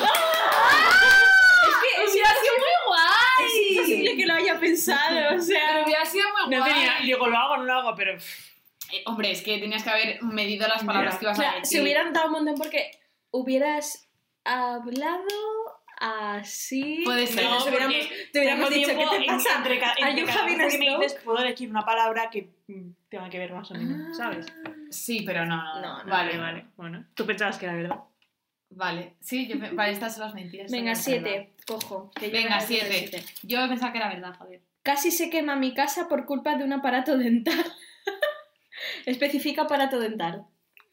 [SPEAKER 1] es,
[SPEAKER 2] ¡Hubiera sido muy guay!
[SPEAKER 1] es imposible que lo haya pensado. O sea...
[SPEAKER 2] Pero hubiera sido muy
[SPEAKER 3] No
[SPEAKER 2] Ah, guay.
[SPEAKER 3] tenía, digo, lo hago o no lo hago, pero. pff,
[SPEAKER 2] Eh, hombre, es que tenías que haber medido las palabras
[SPEAKER 3] Ya.
[SPEAKER 2] que ibas
[SPEAKER 1] O sea,
[SPEAKER 2] a decir.
[SPEAKER 1] se hubieran dado un montón porque hubieras hablado así.
[SPEAKER 2] Puede ser.
[SPEAKER 1] Y nos
[SPEAKER 3] No,
[SPEAKER 1] hubiéramos-
[SPEAKER 3] porque
[SPEAKER 1] te hubiéramos
[SPEAKER 3] tengo
[SPEAKER 1] dicho,
[SPEAKER 3] tiempo
[SPEAKER 1] ¿qué te
[SPEAKER 3] en-
[SPEAKER 1] pasa?
[SPEAKER 3] entre, ca-
[SPEAKER 1] ¿Are
[SPEAKER 3] entre
[SPEAKER 1] you
[SPEAKER 3] cada
[SPEAKER 1] having
[SPEAKER 3] cosa
[SPEAKER 1] a
[SPEAKER 3] que me
[SPEAKER 1] stroke?
[SPEAKER 3] dices, puedo elegir una palabra que mm, tenga que ver más o menos,
[SPEAKER 1] Ah.
[SPEAKER 3] ¿sabes?
[SPEAKER 2] Sí, pero no, no.
[SPEAKER 1] No, no,
[SPEAKER 2] vale,
[SPEAKER 3] vale. Bueno, tú pensabas que era verdad.
[SPEAKER 2] Vale. Sí, yo, pe- vale, estas son las mentiras.
[SPEAKER 1] Venga,
[SPEAKER 2] son las verdad.
[SPEAKER 1] siete. Cojo. que yo
[SPEAKER 2] Venga,
[SPEAKER 1] era de
[SPEAKER 2] siete. Yo pensaba que era verdad, joder.
[SPEAKER 1] Casi se quema mi casa por culpa de un aparato dental. Especifica aparato dental.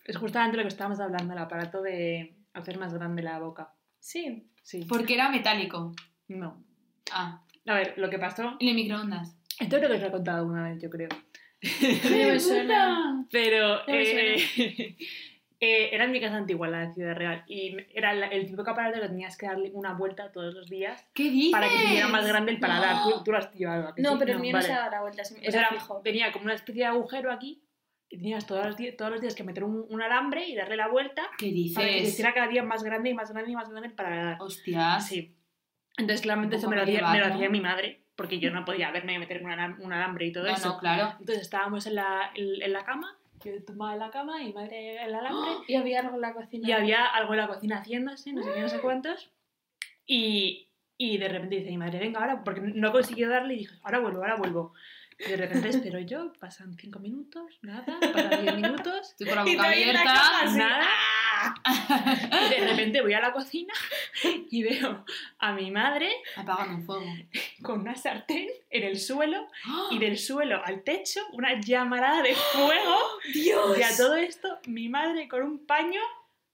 [SPEAKER 3] Es justamente lo que estábamos hablando, el aparato de hacer más grande la boca.
[SPEAKER 1] Sí.
[SPEAKER 3] Sí.
[SPEAKER 2] Porque era metálico.
[SPEAKER 3] No.
[SPEAKER 2] Ah,
[SPEAKER 3] A ver, lo que pasó.
[SPEAKER 2] en el microondas.
[SPEAKER 3] Esto creo que os lo he contado alguna vez, yo creo.
[SPEAKER 1] No me suena.
[SPEAKER 3] Pero.
[SPEAKER 1] me
[SPEAKER 3] eh, eh, era en mi casa antigua, la de Ciudad Real. Y era la- el típico aparato que tenías que darle una vuelta todos los días
[SPEAKER 2] ¿Qué dices?
[SPEAKER 3] para que se hiciera más grande el paladar.
[SPEAKER 2] No.
[SPEAKER 3] Tú, tú lo has llevado. ¿a que
[SPEAKER 1] No,
[SPEAKER 3] sí?
[SPEAKER 1] pero el mío no
[SPEAKER 3] vale.
[SPEAKER 1] se daba la vuelta. se-
[SPEAKER 3] O sea,
[SPEAKER 1] Era
[SPEAKER 3] era-
[SPEAKER 1] fijo.
[SPEAKER 3] tenía como una especie de agujero aquí. Y tenías todos los, días, todos los días que meter un, un alambre y darle la vuelta
[SPEAKER 2] ¿Qué
[SPEAKER 3] para que se
[SPEAKER 2] dices?
[SPEAKER 3] hiciera cada día más grande y más grande y más grande el paladar.
[SPEAKER 2] Hostias.
[SPEAKER 3] Sí. Entonces, claramente,
[SPEAKER 2] Un
[SPEAKER 3] eso
[SPEAKER 2] poco
[SPEAKER 3] me lo, hacía,
[SPEAKER 2] medieval,
[SPEAKER 3] me lo
[SPEAKER 2] ¿no?
[SPEAKER 3] hacía mi madre, porque yo no podía verme meter un, alam- un alambre y todo
[SPEAKER 2] No,
[SPEAKER 3] eso.
[SPEAKER 2] no, claro.
[SPEAKER 3] Entonces, estábamos en la, en, en la cama, yo tumbaba en la cama y mi madre en el alambre,
[SPEAKER 1] Y había algo en la cocina.
[SPEAKER 3] y había algo en la cocina haciéndose, no sé qué, no sé cuántos. Y, y de repente dice mi madre, venga, ahora, porque no consiguió darle, y dije, ahora vuelvo, ahora vuelvo. Y de repente espero yo, pasan cinco minutos, nada, pasan 10 minutos,
[SPEAKER 2] Estoy con la
[SPEAKER 1] Y
[SPEAKER 2] boca
[SPEAKER 1] todavía en la
[SPEAKER 2] abierta.
[SPEAKER 1] cama, sí.
[SPEAKER 3] nada. Y de repente voy a la cocina y veo a mi madre
[SPEAKER 2] Apagando un fuego.
[SPEAKER 3] con una sartén en el suelo y del suelo al techo una llamarada de fuego.
[SPEAKER 1] ¡Dios!
[SPEAKER 3] Y a todo esto, mi madre con un paño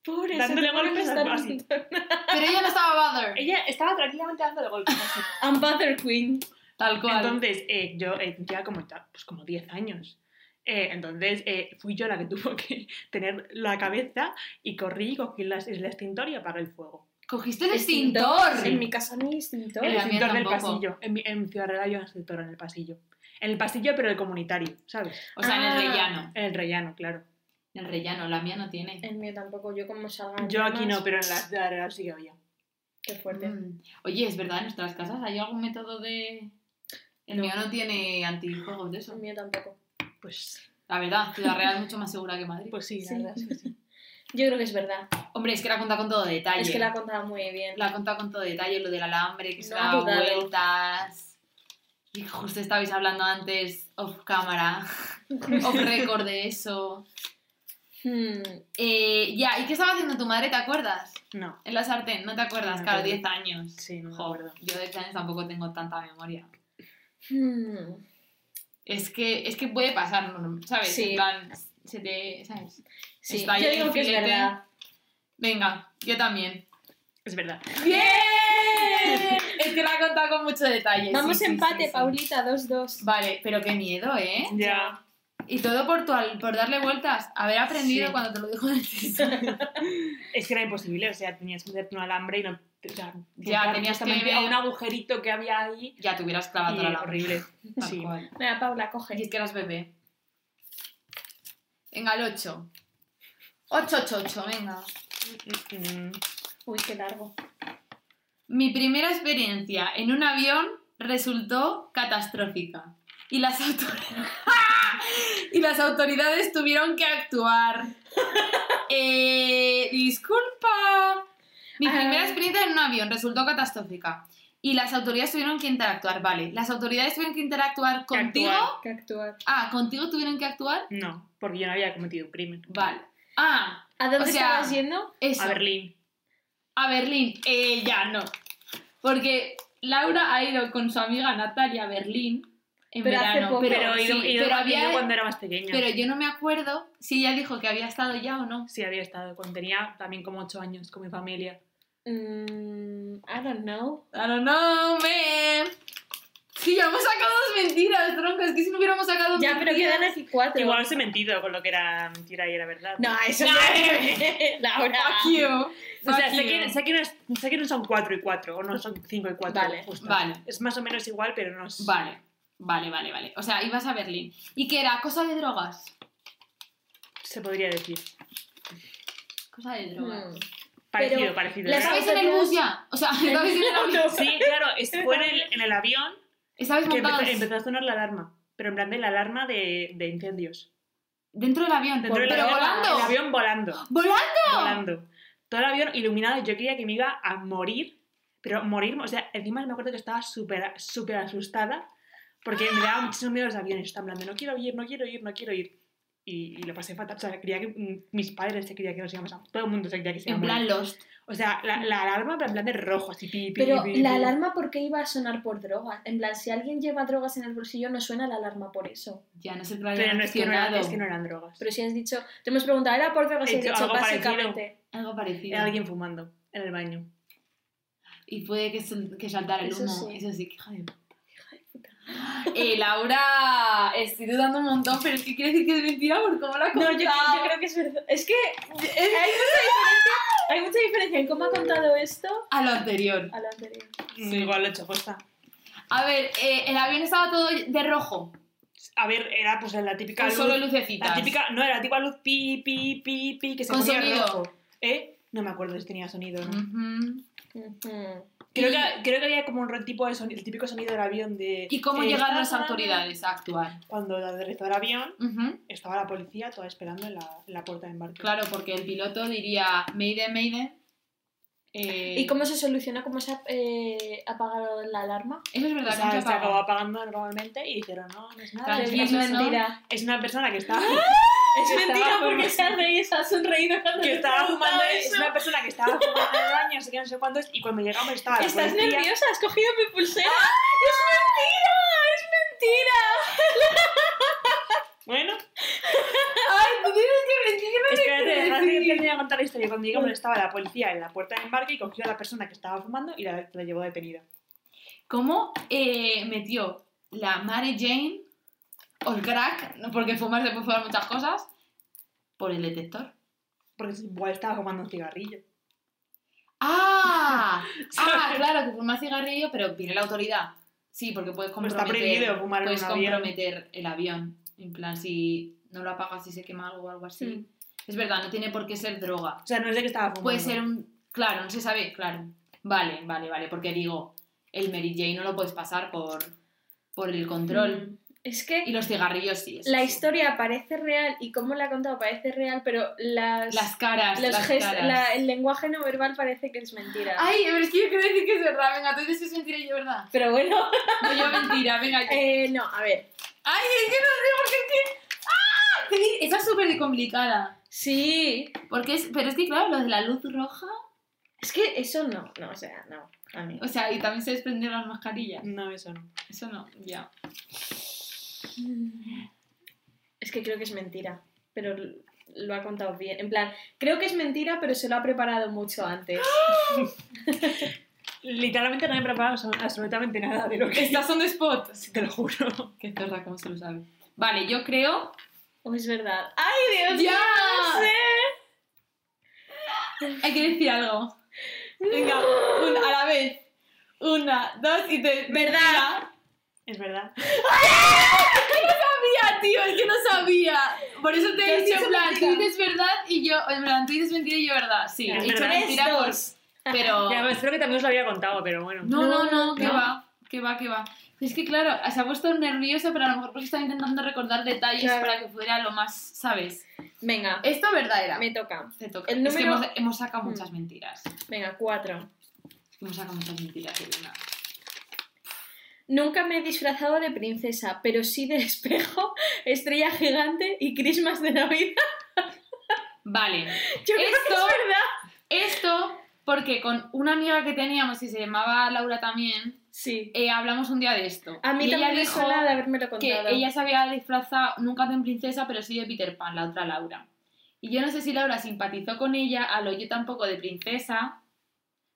[SPEAKER 1] Pobre,
[SPEAKER 3] dándole golpes al
[SPEAKER 1] así.
[SPEAKER 2] Pero ella no estaba bother.
[SPEAKER 3] Ella estaba tranquilamente dándole golpes así.
[SPEAKER 1] Unbother Queen.
[SPEAKER 2] Tal cual.
[SPEAKER 3] Entonces, eh, yo eh, ya como, ya, pues como 10 años. Eh, entonces, eh, fui yo la que tuvo que tener la cabeza y corrí y cogí las, el extintor y apagué el fuego.
[SPEAKER 2] Cogiste el extintor.
[SPEAKER 1] En mi casa no hay extintor.
[SPEAKER 2] En
[SPEAKER 3] El
[SPEAKER 2] la mía
[SPEAKER 3] extintor del
[SPEAKER 2] tampoco.
[SPEAKER 3] pasillo. En, mi- en Ciudad Real había un extintor en el pasillo. En el pasillo, pero el comunitario, ¿sabes?
[SPEAKER 2] O sea, en
[SPEAKER 1] Ah.
[SPEAKER 2] el rellano.
[SPEAKER 3] En el rellano, claro.
[SPEAKER 2] En el rellano, la mía no tiene.
[SPEAKER 1] El mío tampoco, yo como salga. en
[SPEAKER 3] Yo aquí
[SPEAKER 1] llamas,
[SPEAKER 3] no, pero en la Ciudad Real sí que había.
[SPEAKER 1] Qué fuerte.
[SPEAKER 2] Mm. Oye, es verdad, en nuestras casas hay algún método de. El mío no tiene antijuegos de
[SPEAKER 1] El
[SPEAKER 2] eso.
[SPEAKER 1] mío tampoco.
[SPEAKER 3] Pues,
[SPEAKER 2] La verdad, Ciudad Real es mucho más segura que Madrid.
[SPEAKER 3] pues sí, la
[SPEAKER 1] Sí.
[SPEAKER 3] verdad es que sí.
[SPEAKER 1] Yo creo que es verdad.
[SPEAKER 2] Hombre, es que la cuenta con todo detalle.
[SPEAKER 1] Es que la ha contado muy bien.
[SPEAKER 2] La ha contado con todo detalle, lo del alambre, que se
[SPEAKER 1] No
[SPEAKER 2] da
[SPEAKER 1] ha dudado.
[SPEAKER 2] vueltas. Y justo estabais hablando antes, off cámara, off record de eso.
[SPEAKER 1] Hmm,
[SPEAKER 2] Eh, ya, ¿y qué estaba haciendo tu madre? ¿Te acuerdas?
[SPEAKER 3] No,
[SPEAKER 2] En la sartén, ¿no te acuerdas?
[SPEAKER 3] No me
[SPEAKER 2] claro,
[SPEAKER 3] acuerdo.
[SPEAKER 2] 10 años.
[SPEAKER 3] sí, no me
[SPEAKER 2] Jo,
[SPEAKER 3] acuerdo.
[SPEAKER 2] yo de planes tampoco tengo tanta memoria.
[SPEAKER 1] hmm.
[SPEAKER 2] Es que, es que puede pasar, ¿no? ¿sabes?
[SPEAKER 1] Sí.
[SPEAKER 2] En plan, se te. ¿Sabes?
[SPEAKER 1] Sí,
[SPEAKER 2] Está ahí
[SPEAKER 1] yo
[SPEAKER 2] el
[SPEAKER 1] digo que es
[SPEAKER 2] filete.
[SPEAKER 1] verdad.
[SPEAKER 2] Venga, yo también.
[SPEAKER 3] Es verdad.
[SPEAKER 2] ¡Bien! es que la ha contado con mucho detalle. sí,
[SPEAKER 1] Vamos
[SPEAKER 2] sí, sí,
[SPEAKER 1] empate,
[SPEAKER 2] sí.
[SPEAKER 1] Paulita, 2-2.
[SPEAKER 2] Vale, pero qué miedo, ¿eh?
[SPEAKER 3] Ya.
[SPEAKER 2] Y todo por, tu al- por darle vueltas. Haber aprendido
[SPEAKER 3] Sí.
[SPEAKER 2] cuando te lo dijo el profesor.
[SPEAKER 3] Es que era imposible, o sea, tenías que meterte un alambre y no. O sea,
[SPEAKER 2] Ya,
[SPEAKER 3] tocar
[SPEAKER 2] tenías que
[SPEAKER 3] justamente a
[SPEAKER 2] ver-
[SPEAKER 3] un agujerito que había ahí.
[SPEAKER 2] ya te hubieras
[SPEAKER 3] Y
[SPEAKER 2] clavado toda la horrible.
[SPEAKER 3] horrible. Sí.
[SPEAKER 1] Venga, Paula,
[SPEAKER 2] Y
[SPEAKER 1] coge.
[SPEAKER 2] es que eras bebé. Venga, el 8. 8, 8, 8, venga.
[SPEAKER 3] Mm,
[SPEAKER 1] Uy, qué largo.
[SPEAKER 2] Mi primera experiencia en un avión resultó catastrófica. Y las, autor- y las autoridades tuvieron que actuar. Eh, disculpa. Mi
[SPEAKER 1] Ah.
[SPEAKER 2] primera experiencia en un avión resultó catastrófica. Y las autoridades tuvieron que interactuar, vale. Las autoridades tuvieron que interactuar contigo.
[SPEAKER 3] actuar.
[SPEAKER 1] Que actuar.
[SPEAKER 2] Ah, contigo tuvieron que actuar.
[SPEAKER 3] No, porque yo no había cometido un crimen.
[SPEAKER 2] Vale. Ah,
[SPEAKER 1] ¿A dónde
[SPEAKER 2] O sea,
[SPEAKER 1] estabas yendo?
[SPEAKER 2] eso.
[SPEAKER 3] A Berlín.
[SPEAKER 2] A Berlín, eh, ya no. Porque Laura ha ido con su amiga Natalia a Berlín en
[SPEAKER 1] Pero hace
[SPEAKER 2] verano.
[SPEAKER 1] poco.
[SPEAKER 2] pero,
[SPEAKER 3] Pero, he ido-
[SPEAKER 2] sí,
[SPEAKER 3] he
[SPEAKER 2] pero
[SPEAKER 3] ido- he ido
[SPEAKER 2] había-
[SPEAKER 3] cuando era más pequeña.
[SPEAKER 2] pero yo no me acuerdo si ella dijo que había estado ya o no.
[SPEAKER 3] Sí, había estado. Cuando tenía también como 8 años con mi familia.
[SPEAKER 1] Mm, I don't know.
[SPEAKER 2] I don't know, man. Sí, ya hemos sacado dos mentiras, tronco. Es que si no hubiéramos
[SPEAKER 3] Oh,
[SPEAKER 2] sacado
[SPEAKER 1] Ya, pero
[SPEAKER 2] mentiras-
[SPEAKER 1] quedan aquí cuatro.
[SPEAKER 3] Igual os he mentido con lo que era mentira y era verdad.
[SPEAKER 1] No, eso
[SPEAKER 2] No,
[SPEAKER 1] no. Laura.
[SPEAKER 2] Fuck you.
[SPEAKER 3] O sea,
[SPEAKER 2] Fuck
[SPEAKER 3] sé
[SPEAKER 2] you.
[SPEAKER 3] que, sé que no es- sé que no son 4 y 4, o no son 5 y 4.
[SPEAKER 1] Vale,
[SPEAKER 2] vale.
[SPEAKER 3] Es más o menos igual, pero no es.
[SPEAKER 2] Vale, vale, vale, vale. O sea, ibas a Berlín. ¿Y qué era? Cosa de drogas.
[SPEAKER 3] Se podría decir.
[SPEAKER 2] Cosa de drogas.
[SPEAKER 3] Mm.
[SPEAKER 1] Hmm.
[SPEAKER 3] Parecido,
[SPEAKER 1] Pero
[SPEAKER 3] parecido.
[SPEAKER 1] las
[SPEAKER 3] ¿no?
[SPEAKER 2] ¿Estabais en el bus ya? O sea, ¿estabais en el avión?
[SPEAKER 3] Sí, claro, es- fue en el, en el avión
[SPEAKER 2] ¿Estabais
[SPEAKER 3] que empezó,
[SPEAKER 2] montados
[SPEAKER 3] empezó a sonar la alarma. Pero en plan de la alarma de, de incendios.
[SPEAKER 2] dentro del avión?
[SPEAKER 3] Dentro del
[SPEAKER 2] ¿Pero
[SPEAKER 3] avión,
[SPEAKER 2] volando?
[SPEAKER 3] El avión volando.
[SPEAKER 2] ¿Volando?
[SPEAKER 3] Volando. Todo el avión iluminado. Yo creía que me iba a morir. Pero morir, o sea, encima me acuerdo que estaba súper, súper asustada. Porque me daba muchísimo miedo los aviones. Estaba hablando, no quiero ir, no quiero ir, no quiero ir. Y, y lo pasé fatal. O sea, creía que mm, mis padres se creían que nos íbamos a... Todo el mundo se creía que se iba a
[SPEAKER 2] En plan
[SPEAKER 3] morir.
[SPEAKER 2] Lost.
[SPEAKER 3] O sea, la, la alarma pero en plan de rojo, así pi, pi,
[SPEAKER 1] Pero
[SPEAKER 3] pi, pi,
[SPEAKER 1] la
[SPEAKER 3] pi.
[SPEAKER 1] alarma, ¿por qué iba a sonar por drogas? En plan, si alguien lleva drogas en el bolsillo, no suena la alarma por eso.
[SPEAKER 2] Ya no sé que lo
[SPEAKER 3] Pero
[SPEAKER 2] habían
[SPEAKER 3] no es que no, eran,
[SPEAKER 2] mencionado.
[SPEAKER 3] es que no eran drogas.
[SPEAKER 1] Pero si has dicho, te hemos preguntado, ¿era por drogas? Y
[SPEAKER 3] He
[SPEAKER 1] has
[SPEAKER 3] dicho
[SPEAKER 1] dicho,
[SPEAKER 3] algo parecido.
[SPEAKER 1] básicamente.
[SPEAKER 2] Algo parecido.
[SPEAKER 3] Era alguien fumando en el baño.
[SPEAKER 2] Y puede que, sol- que saltara el
[SPEAKER 1] Eso
[SPEAKER 2] humo.
[SPEAKER 1] sí.
[SPEAKER 2] Eso sí, que hija de puta. Eh, Laura, estoy dudando un montón, pero es que quiere decir que es mentira por cómo la ha
[SPEAKER 1] No,
[SPEAKER 2] contado.
[SPEAKER 1] yo, yo creo que es verdad. Es que hay mucha diferencia, hay mucha diferencia en cómo ha contado esto
[SPEAKER 2] A lo anterior.
[SPEAKER 1] a lo anterior.
[SPEAKER 3] Igual lo he hecho posta.
[SPEAKER 2] A ver, eh, el avión estaba todo de rojo.
[SPEAKER 3] A ver, era pues la típica
[SPEAKER 2] Con
[SPEAKER 3] luz.
[SPEAKER 2] solo lucecitas.
[SPEAKER 3] la típica, no, era la típica luz pi, pi, pi, pi, que se
[SPEAKER 2] Con
[SPEAKER 3] ponía
[SPEAKER 2] sonido.
[SPEAKER 3] rojo. ¿Eh? No me acuerdo si tenía sonido o no.
[SPEAKER 2] Ujú.
[SPEAKER 1] Ujú.
[SPEAKER 3] Creo,
[SPEAKER 2] Y-
[SPEAKER 3] que, creo que había como un tipo de sonido, el típico sonido del avión de...
[SPEAKER 2] ¿Y cómo
[SPEAKER 3] eh,
[SPEAKER 2] llegaron las
[SPEAKER 3] ta- ta-
[SPEAKER 2] autoridades a actuar?
[SPEAKER 3] Cuando aterrizó el avión,
[SPEAKER 2] Ujú.
[SPEAKER 3] estaba la policía toda esperando en la, en la puerta de embarque.
[SPEAKER 2] Claro, porque el piloto diría Mayday, Mayday. Eh,
[SPEAKER 1] ¿Y cómo se soluciona? ¿Cómo se ha eh, apagado la alarma?
[SPEAKER 2] Eso es
[SPEAKER 3] O
[SPEAKER 2] verdad,
[SPEAKER 3] sea,
[SPEAKER 2] nunca
[SPEAKER 3] se acabó
[SPEAKER 2] apagó.
[SPEAKER 3] apagando normalmente y dijeron, no, no es nada.
[SPEAKER 2] Claro,
[SPEAKER 3] es
[SPEAKER 1] Es
[SPEAKER 2] sí,
[SPEAKER 3] una
[SPEAKER 2] sí,
[SPEAKER 3] persona-
[SPEAKER 1] mentira.
[SPEAKER 3] Es una persona que está...
[SPEAKER 1] Es
[SPEAKER 3] Que
[SPEAKER 1] mentira
[SPEAKER 3] estaba
[SPEAKER 1] porque
[SPEAKER 3] fumando.
[SPEAKER 1] se han reído, se ha sonreído cuando
[SPEAKER 3] que
[SPEAKER 1] le he
[SPEAKER 3] estaba
[SPEAKER 1] preguntado
[SPEAKER 3] fumando,
[SPEAKER 1] eso.
[SPEAKER 3] es una persona que estaba fumando en el baño, no sé qué, no sé cuántos, y cuando llegamos estaba Ah, la
[SPEAKER 1] ¿Estás
[SPEAKER 3] policía. ¡Ah!
[SPEAKER 1] nerviosa? ¿Has cogido mi pulsera? ¡Es mentira! ¡Es mentira!
[SPEAKER 3] Bueno,
[SPEAKER 2] Ay, tú tienes que mentir.
[SPEAKER 3] espérate, déjame que termine de contar la historia. Cuando llegamos estaba la policía en la puerta de embarque y cogió a la persona que estaba fumando y la, la llevó detenida.
[SPEAKER 2] ¿Cómo eh, metió la Mary Jane o el crack, porque fumar se puede fumar muchas cosas, por el detector?
[SPEAKER 3] Porque igual estaba fumando un cigarrillo.
[SPEAKER 2] ¡Ah! ¡Ah, claro, que fumar cigarrillo, pero viene la autoridad. Sí, porque puedes
[SPEAKER 3] Como
[SPEAKER 2] comprometer,
[SPEAKER 3] Pues está prohibido fumar en
[SPEAKER 2] puedes
[SPEAKER 3] un avión.
[SPEAKER 2] comprometer el avión. En plan, si no lo apagas y se quema algo o algo así.
[SPEAKER 1] Mm.
[SPEAKER 2] Es verdad, no tiene por qué ser droga.
[SPEAKER 3] O sea, no es de que estaba fumando.
[SPEAKER 2] Puede ser un... Claro, no se sabe, claro. Vale, vale, vale, porque digo, el Mary Jane no lo puedes pasar por, por el control.
[SPEAKER 1] Mm. Es que
[SPEAKER 2] Y los cigarrillos sí. eso
[SPEAKER 1] la
[SPEAKER 2] sí.
[SPEAKER 1] historia parece real y como la ha contado parece real, pero las,
[SPEAKER 2] Las caras,
[SPEAKER 1] los
[SPEAKER 2] las
[SPEAKER 1] gest-
[SPEAKER 2] caras.
[SPEAKER 1] la- el lenguaje no verbal parece que es mentira.
[SPEAKER 2] Ay, pero es que yo quiero decir que es verdad. Venga, tú dices que es mentira y yo verdad.
[SPEAKER 1] Pero bueno,
[SPEAKER 2] No, yo mentira, venga. yo-
[SPEAKER 1] eh, no, a ver.
[SPEAKER 2] Ay, es que no sé por qué es que... ¡Ah! Te di- Esa es súper complicada.
[SPEAKER 1] Sí,
[SPEAKER 2] Porque es... Pero es que, claro, lo de la luz roja...
[SPEAKER 1] es que eso no, no, o sea, no, a mí.
[SPEAKER 2] O sea, y también se desprenden las mascarillas.
[SPEAKER 3] No, eso no.
[SPEAKER 2] Eso no, ya.
[SPEAKER 1] Es que creo que es mentira, pero l- lo ha contado bien. En plan, creo que es mentira, pero se lo ha preparado mucho antes.
[SPEAKER 3] Literalmente no he preparado absol- absolutamente nada de lo que...
[SPEAKER 2] Estas son de spot.
[SPEAKER 3] Te lo juro.
[SPEAKER 2] Qué zorra, cómo se lo sabe. Vale, yo creo...
[SPEAKER 1] ¿O Oh, es verdad? ¡Ay, Dios mío!
[SPEAKER 2] ¡Ya!
[SPEAKER 1] no sé!
[SPEAKER 2] Hay que decir algo. Venga, un- a la vez. Una, dos y tres. ¿Verdad?
[SPEAKER 3] Es verdad.
[SPEAKER 2] sabía, tío, es que no sabía. Por eso te
[SPEAKER 1] Yo
[SPEAKER 2] he
[SPEAKER 1] sí
[SPEAKER 2] dicho,
[SPEAKER 1] hice
[SPEAKER 2] en plan, tú
[SPEAKER 1] mentira.
[SPEAKER 2] dices verdad y yo, en plan, tú dices mentira y yo verdad. Sí,
[SPEAKER 3] Ya,
[SPEAKER 2] he dicho
[SPEAKER 3] ¿verdad?
[SPEAKER 2] mentira por... Pero...
[SPEAKER 3] Ya, pues creo que también os lo había contado, pero bueno.
[SPEAKER 2] Oh. No, no, no,
[SPEAKER 1] No,
[SPEAKER 2] que
[SPEAKER 1] no.
[SPEAKER 2] va, que va, que va. Es que claro, se ha puesto nerviosa, pero a lo mejor porque estaba intentando recordar detalles
[SPEAKER 1] Claro.
[SPEAKER 2] para que fuera lo más, ¿sabes?
[SPEAKER 1] Venga,
[SPEAKER 2] Esto verdad era.
[SPEAKER 1] me toca.
[SPEAKER 2] Te toca.
[SPEAKER 1] el
[SPEAKER 2] Es que
[SPEAKER 1] número-
[SPEAKER 2] hemos, hemos sacado
[SPEAKER 1] Mm.
[SPEAKER 2] muchas mentiras.
[SPEAKER 1] Venga, cuatro.
[SPEAKER 2] Es que hemos sacado muchas mentiras, Elena.
[SPEAKER 1] Nunca me he disfrazado de princesa, pero sí de espejo, estrella gigante y crismas de Navidad.
[SPEAKER 2] Vale.
[SPEAKER 1] Yo creo que
[SPEAKER 2] Esto-
[SPEAKER 1] es verdad.
[SPEAKER 2] Esto porque con una amiga que teníamos y se llamaba Laura también,
[SPEAKER 1] Sí.
[SPEAKER 2] eh, hablamos un día de esto.
[SPEAKER 1] A mí
[SPEAKER 2] Y ella
[SPEAKER 1] también me
[SPEAKER 2] dijo-
[SPEAKER 1] suena de haberme lo
[SPEAKER 2] que
[SPEAKER 1] contado.
[SPEAKER 2] ella se había disfrazado nunca de princesa, pero sí de Peter Pan, la otra Laura. Y yo no sé si Laura simpatizó con ella, a lo yo tampoco de princesa,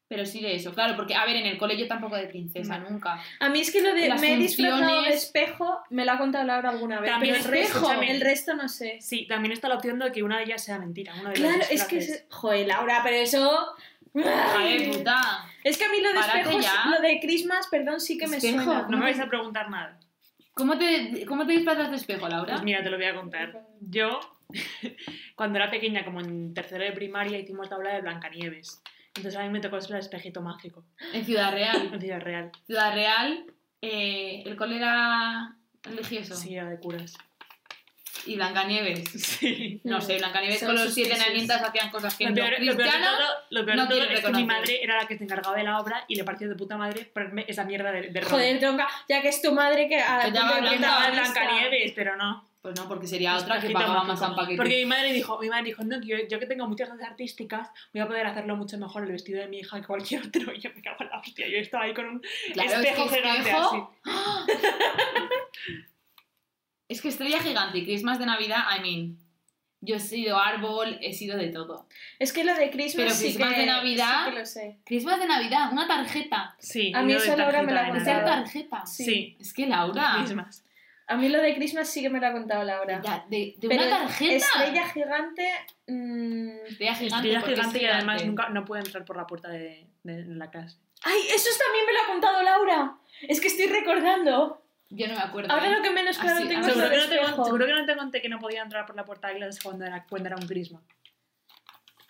[SPEAKER 2] pero sí de eso. Claro, porque, a ver, en el colegio tampoco de princesa,
[SPEAKER 1] Mm.
[SPEAKER 2] nunca.
[SPEAKER 1] A mí es que lo de
[SPEAKER 2] Las
[SPEAKER 1] me he disfrazado de
[SPEAKER 2] funciones-
[SPEAKER 1] espejo me lo ha contado Laura alguna vez,
[SPEAKER 3] También
[SPEAKER 1] pero el resto,
[SPEAKER 2] espejo.
[SPEAKER 1] el resto no sé.
[SPEAKER 3] Sí, también está la opción de que una de ellas sea mentira. Una de las
[SPEAKER 1] Claro, es
[SPEAKER 3] disfraces.
[SPEAKER 1] que... es- Joder, Laura, pero eso...
[SPEAKER 2] Joder, puta.
[SPEAKER 1] Es que a mí lo de
[SPEAKER 2] Párate
[SPEAKER 1] espejos,
[SPEAKER 2] ya.
[SPEAKER 1] lo de Christmas, perdón, sí que me
[SPEAKER 2] Espejo,
[SPEAKER 1] suena.
[SPEAKER 3] No me vais a preguntar nada.
[SPEAKER 2] ¿Cómo te, ¿Cómo te disfrazas de espejo, Laura?
[SPEAKER 3] Pues mira, te lo voy a contar.
[SPEAKER 1] Mm.
[SPEAKER 3] Yo, cuando era pequeña, como en tercero de primaria, hicimos la obra de Blancanieves. Entonces a mí me tocó hacer el espejito mágico
[SPEAKER 2] En Ciudad Real.
[SPEAKER 3] en Ciudad Real.
[SPEAKER 2] Ciudad Real, eh, el cole era religioso.
[SPEAKER 3] Sí, era de curas.
[SPEAKER 2] Y Blancanieves.
[SPEAKER 3] Sí.
[SPEAKER 2] No sé, Blancanieves
[SPEAKER 1] Son
[SPEAKER 2] con los siete
[SPEAKER 1] suspicious.
[SPEAKER 2] enanitas hacían cosas que
[SPEAKER 3] Lo
[SPEAKER 2] no
[SPEAKER 3] peor, lo peor de
[SPEAKER 2] cristianas.
[SPEAKER 3] todo, lo peor
[SPEAKER 2] no
[SPEAKER 3] de todo
[SPEAKER 2] quiere
[SPEAKER 3] es que mi
[SPEAKER 2] reconocer.
[SPEAKER 3] madre era la que se encargaba de la obra y le pareció de puta madre ponerme esa mierda de, de
[SPEAKER 1] Joder, tronca, ya que es tu madre que... A
[SPEAKER 2] Que te haga
[SPEAKER 1] punto de
[SPEAKER 2] blanca,
[SPEAKER 1] pintar la lista.
[SPEAKER 3] Blancanieves, pero no.
[SPEAKER 2] Pues no, porque sería
[SPEAKER 3] Los
[SPEAKER 2] otra que
[SPEAKER 3] espejitos
[SPEAKER 2] pagaba más
[SPEAKER 3] mágicos.
[SPEAKER 2] a un paquete.
[SPEAKER 3] Porque mi madre dijo, mi madre dijo, no, que yo, yo que tengo muchas cosas artísticas, voy a poder hacerlo mucho mejor el vestido de mi hija que cualquier otro. Y yo me cago en la hostia, yo estaba ahí con un
[SPEAKER 2] Claro, es
[SPEAKER 3] espejo
[SPEAKER 2] que
[SPEAKER 3] gigante
[SPEAKER 2] espejo-
[SPEAKER 3] así.
[SPEAKER 2] Es que estrella gigante y Christmas de Navidad, I mean. Yo he sido árbol, he sido de todo.
[SPEAKER 1] Es que lo de Christmas
[SPEAKER 2] Pero
[SPEAKER 1] sí
[SPEAKER 2] Christmas
[SPEAKER 1] que...
[SPEAKER 2] de Navidad-
[SPEAKER 1] sí que lo sé.
[SPEAKER 2] Christmas de Navidad, una tarjeta.
[SPEAKER 3] Sí,
[SPEAKER 1] A mí
[SPEAKER 3] yo de
[SPEAKER 1] eso Laura
[SPEAKER 3] tarjeta
[SPEAKER 1] me la
[SPEAKER 3] de
[SPEAKER 1] contó.
[SPEAKER 2] Ser
[SPEAKER 3] Navidad.
[SPEAKER 1] Claro.
[SPEAKER 2] tarjeta.
[SPEAKER 3] Sí,
[SPEAKER 2] Es que Laura.
[SPEAKER 3] mismas.
[SPEAKER 1] A mí lo de Christmas sí que me lo ha contado Laura.
[SPEAKER 2] ya, de, de
[SPEAKER 1] Pero
[SPEAKER 2] una tarjeta.
[SPEAKER 1] Estrella gigante... mm,
[SPEAKER 2] Estrella gigante.
[SPEAKER 3] Estrella
[SPEAKER 2] porque es
[SPEAKER 3] gigante y
[SPEAKER 2] gigante.
[SPEAKER 3] además nunca, no puede entrar por la puerta de, de la casa.
[SPEAKER 1] Ay, eso también me lo ha contado Laura. Es que estoy recordando.
[SPEAKER 2] Yo no me acuerdo.
[SPEAKER 1] Ahora
[SPEAKER 2] ¿eh?
[SPEAKER 1] lo que menos claro
[SPEAKER 2] Así,
[SPEAKER 1] tengo
[SPEAKER 2] ahora
[SPEAKER 1] es lo
[SPEAKER 2] Seguro
[SPEAKER 1] de
[SPEAKER 3] Ah, Seguro que, no te,
[SPEAKER 1] espejo.
[SPEAKER 3] seguro que no te conté que no podía entrar por la puerta de clase cuando era, cuando era un crisma.